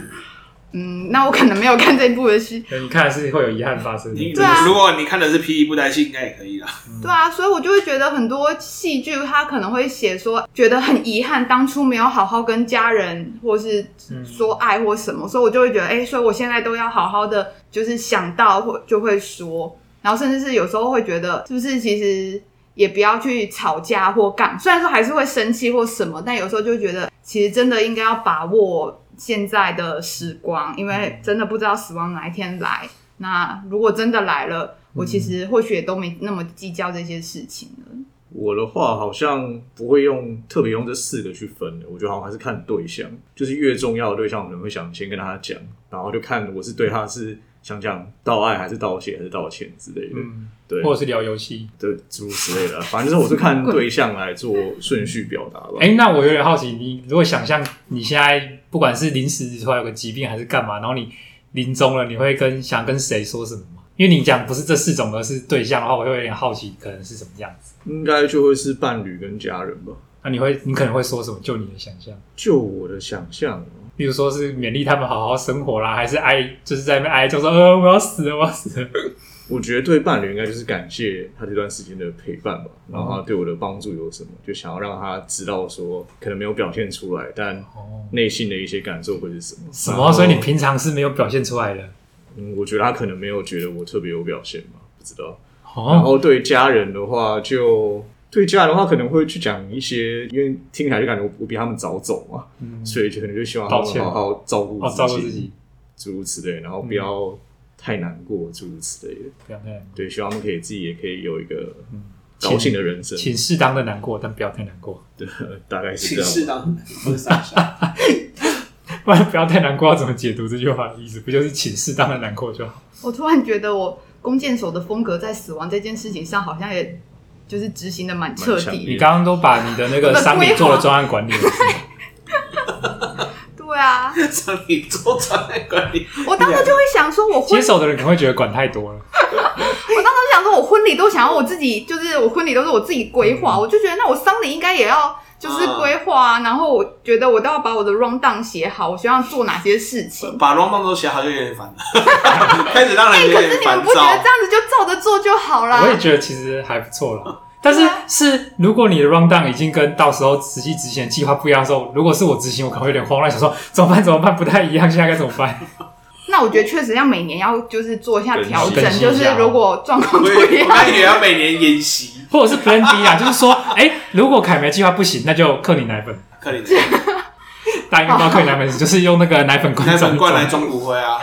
Speaker 5: 嗯，那我可能没有看这部的戏，
Speaker 2: 你看的是会有遗憾发生的。
Speaker 1: 你、
Speaker 5: 对啊
Speaker 1: 如果你看的是《E 霹雳布袋戏》，应该也可以啦。
Speaker 5: 对啊，所以我就会觉得很多戏剧它可能会写说，觉得很遗憾，当初没有好好跟家人或是
Speaker 2: 嗯
Speaker 5: 说爱或什么，所以我就会觉得，哎、所以我现在都要好好的，就是想到或就会说，然后甚至是有时候会觉得，是不是其实也不要去吵架或干，虽然说还是会生气或什么，但有时候就会觉得，其实真的应该要把握现在的时光，因为真的不知道死亡哪一天来。那如果真的来
Speaker 4: 嗯
Speaker 5: 了，我其实或许也都没那么计较这些事情了。
Speaker 4: 我的话好像不会用特别用这四个去分的，我觉得好像还是看对象，就是越重要的对象，我们会想先跟他讲，然后就看我是对他是想讲道爱还是道谢还是道歉之类的，
Speaker 2: 嗯，
Speaker 4: 对
Speaker 2: 或者是聊游戏。
Speaker 4: 对诸如此类的，反正就是我是看对象来做顺序表达吧。
Speaker 2: 哎、那我有点好奇，你如果想象你现在不管是临时突然有个疾病还是干嘛，然后你临终了，你会跟想跟谁说什么吗？因为你讲不是这四种，而是对象的话，我会有点好奇，可能是什么样子。
Speaker 4: 应该就会是伴侣跟家人吧。
Speaker 2: 那你会，你可能会说什么？就你的想象，
Speaker 4: 就我的想象哦，
Speaker 2: 比如说是勉励他们好好生活啦，还是哀，就是在那边哀叫说，呃，我要死了，我要死了。
Speaker 4: 我觉得对伴侣应该就是感谢他这段时间的陪伴吧，然后他对我的帮助有什么，就想要让他知道说，可能没有表现出来，但
Speaker 2: 哦，
Speaker 4: 内心的一些感受会是什么？
Speaker 2: 什
Speaker 4: 然后
Speaker 2: 么？所以你平常是没有表现出来的。
Speaker 4: 嗯，我觉得他可能没有觉得我特别有表现吧，不知道。然
Speaker 2: 哦，
Speaker 4: 后对家人的话就，对家人的话可能会去讲一些，因为听起来就感觉我我比他们早走嘛，
Speaker 2: 嗯
Speaker 4: 所以就可能就希望他
Speaker 2: 道
Speaker 4: 们
Speaker 2: 歉
Speaker 4: 好好照顾
Speaker 2: 哦，照顾自己，
Speaker 4: 诸如此类，然后不要太难过，诸如此类的。
Speaker 2: 不要太难过。
Speaker 4: 对，希望他们可以自己也可以有一个
Speaker 2: 嗯
Speaker 4: 高兴的人生，
Speaker 2: 请适当的难过，但不要太难过，
Speaker 4: 对， 大概是
Speaker 1: 请
Speaker 4: 这
Speaker 1: 适
Speaker 4: 样吧。
Speaker 1: 当不是傻笑，
Speaker 2: 不然不要太难过，要怎么解读这句话的意思？不就是请适当的难过就好？
Speaker 5: 我突然觉得我弓箭手的风格在死亡这件事情上，好像也就是执行的蛮彻
Speaker 4: 蛮强
Speaker 5: 底
Speaker 4: 烈
Speaker 5: 的。
Speaker 2: 你刚刚都把你的那个丧礼做了专案管理了，
Speaker 5: 对啊，
Speaker 1: 让你做专业管理，
Speaker 5: 我当时就会想说，我
Speaker 2: 接
Speaker 5: 婚
Speaker 2: 手的人可能会觉得管太多了。
Speaker 5: 我当时想说，我婚礼都想要我自己，就是我婚礼都是我自己规
Speaker 4: 嗯
Speaker 5: 划，我就觉得那我丧礼应该也要就是规划、啊，然后我觉得我都要把我的 round down 写好，我希望做哪些事情。
Speaker 1: 把 round down 都写好就有点 烦了，开始让
Speaker 5: 哎、
Speaker 1: 人有
Speaker 5: 可是
Speaker 1: 点
Speaker 5: 你们
Speaker 1: 烦
Speaker 5: 不觉得
Speaker 1: 躁
Speaker 5: 这。样子就照着做就好啦
Speaker 2: 我？也觉得其实还不错了，但是是，如果你的 round down 已经跟到时候实际执行的计划不一样的时候，如果是我执行，我可能会有点慌乱，想说怎么办？怎么办？不太一样，现在该怎么办？
Speaker 5: 那我觉得确实要每年要就是做一下调
Speaker 2: 更
Speaker 5: 整，
Speaker 2: 新一
Speaker 5: 就
Speaker 2: 下
Speaker 5: 是如果状况
Speaker 1: 我
Speaker 5: 不
Speaker 1: 以
Speaker 5: 一
Speaker 1: 为我
Speaker 5: 样，
Speaker 1: 刚以为要每年演习，
Speaker 2: 或者是 Plan B 啊，就是说，哎、如果凯梅计划不行，那就克你奶粉。
Speaker 1: 克林顿
Speaker 2: 大家应该不知道克你奶粉是，就是用那个奶粉罐
Speaker 1: 奶粉
Speaker 2: 装
Speaker 1: 罐来装骨灰啊。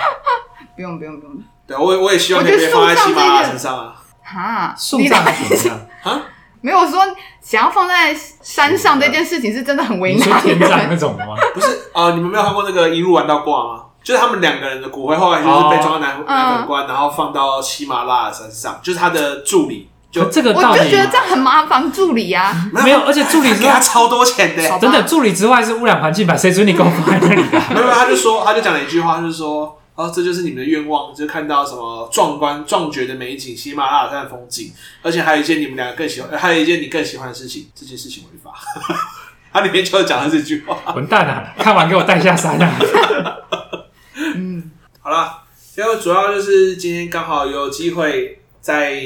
Speaker 5: 不用不用不用，
Speaker 1: 对，我我也希望可以被放在喜马拉雅身上啊。
Speaker 5: 哈，
Speaker 2: 送葬品
Speaker 5: 你
Speaker 2: 啊，
Speaker 5: 没有说想要放在山上这件事情是真的很为
Speaker 2: 你说
Speaker 5: 难
Speaker 2: 天葬那
Speaker 5: 人。
Speaker 2: 种的吗？
Speaker 1: 不是啊、你们没有看过那个一路玩到挂吗？就是他们两个人的骨灰后来就是被装到奶
Speaker 2: 哦
Speaker 5: 嗯
Speaker 1: 奶粉罐，然后放到喜马拉雅山上，就是他的助理就
Speaker 2: 这个
Speaker 5: 我
Speaker 2: 道
Speaker 5: 就
Speaker 2: 理
Speaker 5: 觉得这样很麻烦助 理啊，
Speaker 2: 没有，而且助理
Speaker 1: 他
Speaker 2: 之
Speaker 1: 给他
Speaker 2: 外，
Speaker 1: 超多钱的，
Speaker 5: 好吧
Speaker 2: 真的助理之外是污染环境吧？谁准你给我放在那里的？
Speaker 1: 没有，没有他就说，他就讲了一句话，就是说，哦，这就是你们的愿望，就是看到什么壮观、壮绝的美景，喜马拉雅山的风景，而且还有一件你们两个更喜欢，呃还有一件你更喜欢的事情，这件事情违法。 他里面就讲了这句话。
Speaker 2: 混蛋啊！看完给我带下山 啊！
Speaker 5: 嗯，
Speaker 1: 好了，因为主要就是今天刚好有机会在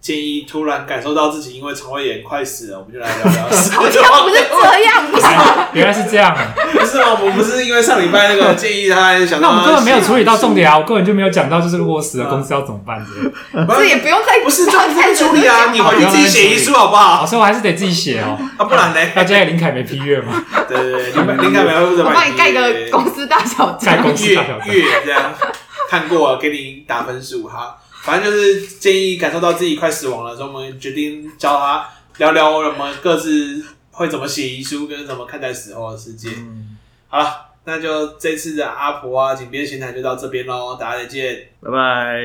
Speaker 1: 建议突然感受到自己因为肠胃炎快死了，我们就来聊聊死
Speaker 5: 好像不是这样，不是
Speaker 2: 原来是这样啊！
Speaker 1: 不是吗？我们不是因为上礼拜那个建议他想到
Speaker 2: 那我们根本没有处理到重点啊！我根本就没有讲到，就是如果我死了，公司要怎么办之类的。
Speaker 1: 不
Speaker 5: 这也
Speaker 1: 是
Speaker 5: 不用再
Speaker 1: 不是这样子处理啊！你回去自己写遗书好不
Speaker 2: 好，
Speaker 1: 好？
Speaker 2: 所以我还是得自己写哦。
Speaker 1: 啊，不然 嘞，
Speaker 2: 要加给林凯梅批阅吗？
Speaker 1: 对对对，林凯林凯梅会负责
Speaker 5: 我
Speaker 1: 你
Speaker 5: 帮你盖个公司大小
Speaker 2: 盖
Speaker 5: 章，
Speaker 2: 公司大小
Speaker 1: 月月这样看过了，给你打分数哈。反正就是建议感受到自己快死亡了，所以我们决定教他聊聊我们各自会怎么写遗书跟怎么看待死后的世界。
Speaker 2: 嗯
Speaker 1: 好了，那就这次的阿婆啊井边闲谈就到这边喽，大家再见。
Speaker 4: 拜拜。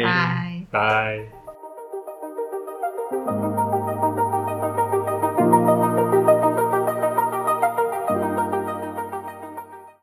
Speaker 5: 哎。
Speaker 2: 拜。
Speaker 4: 嗯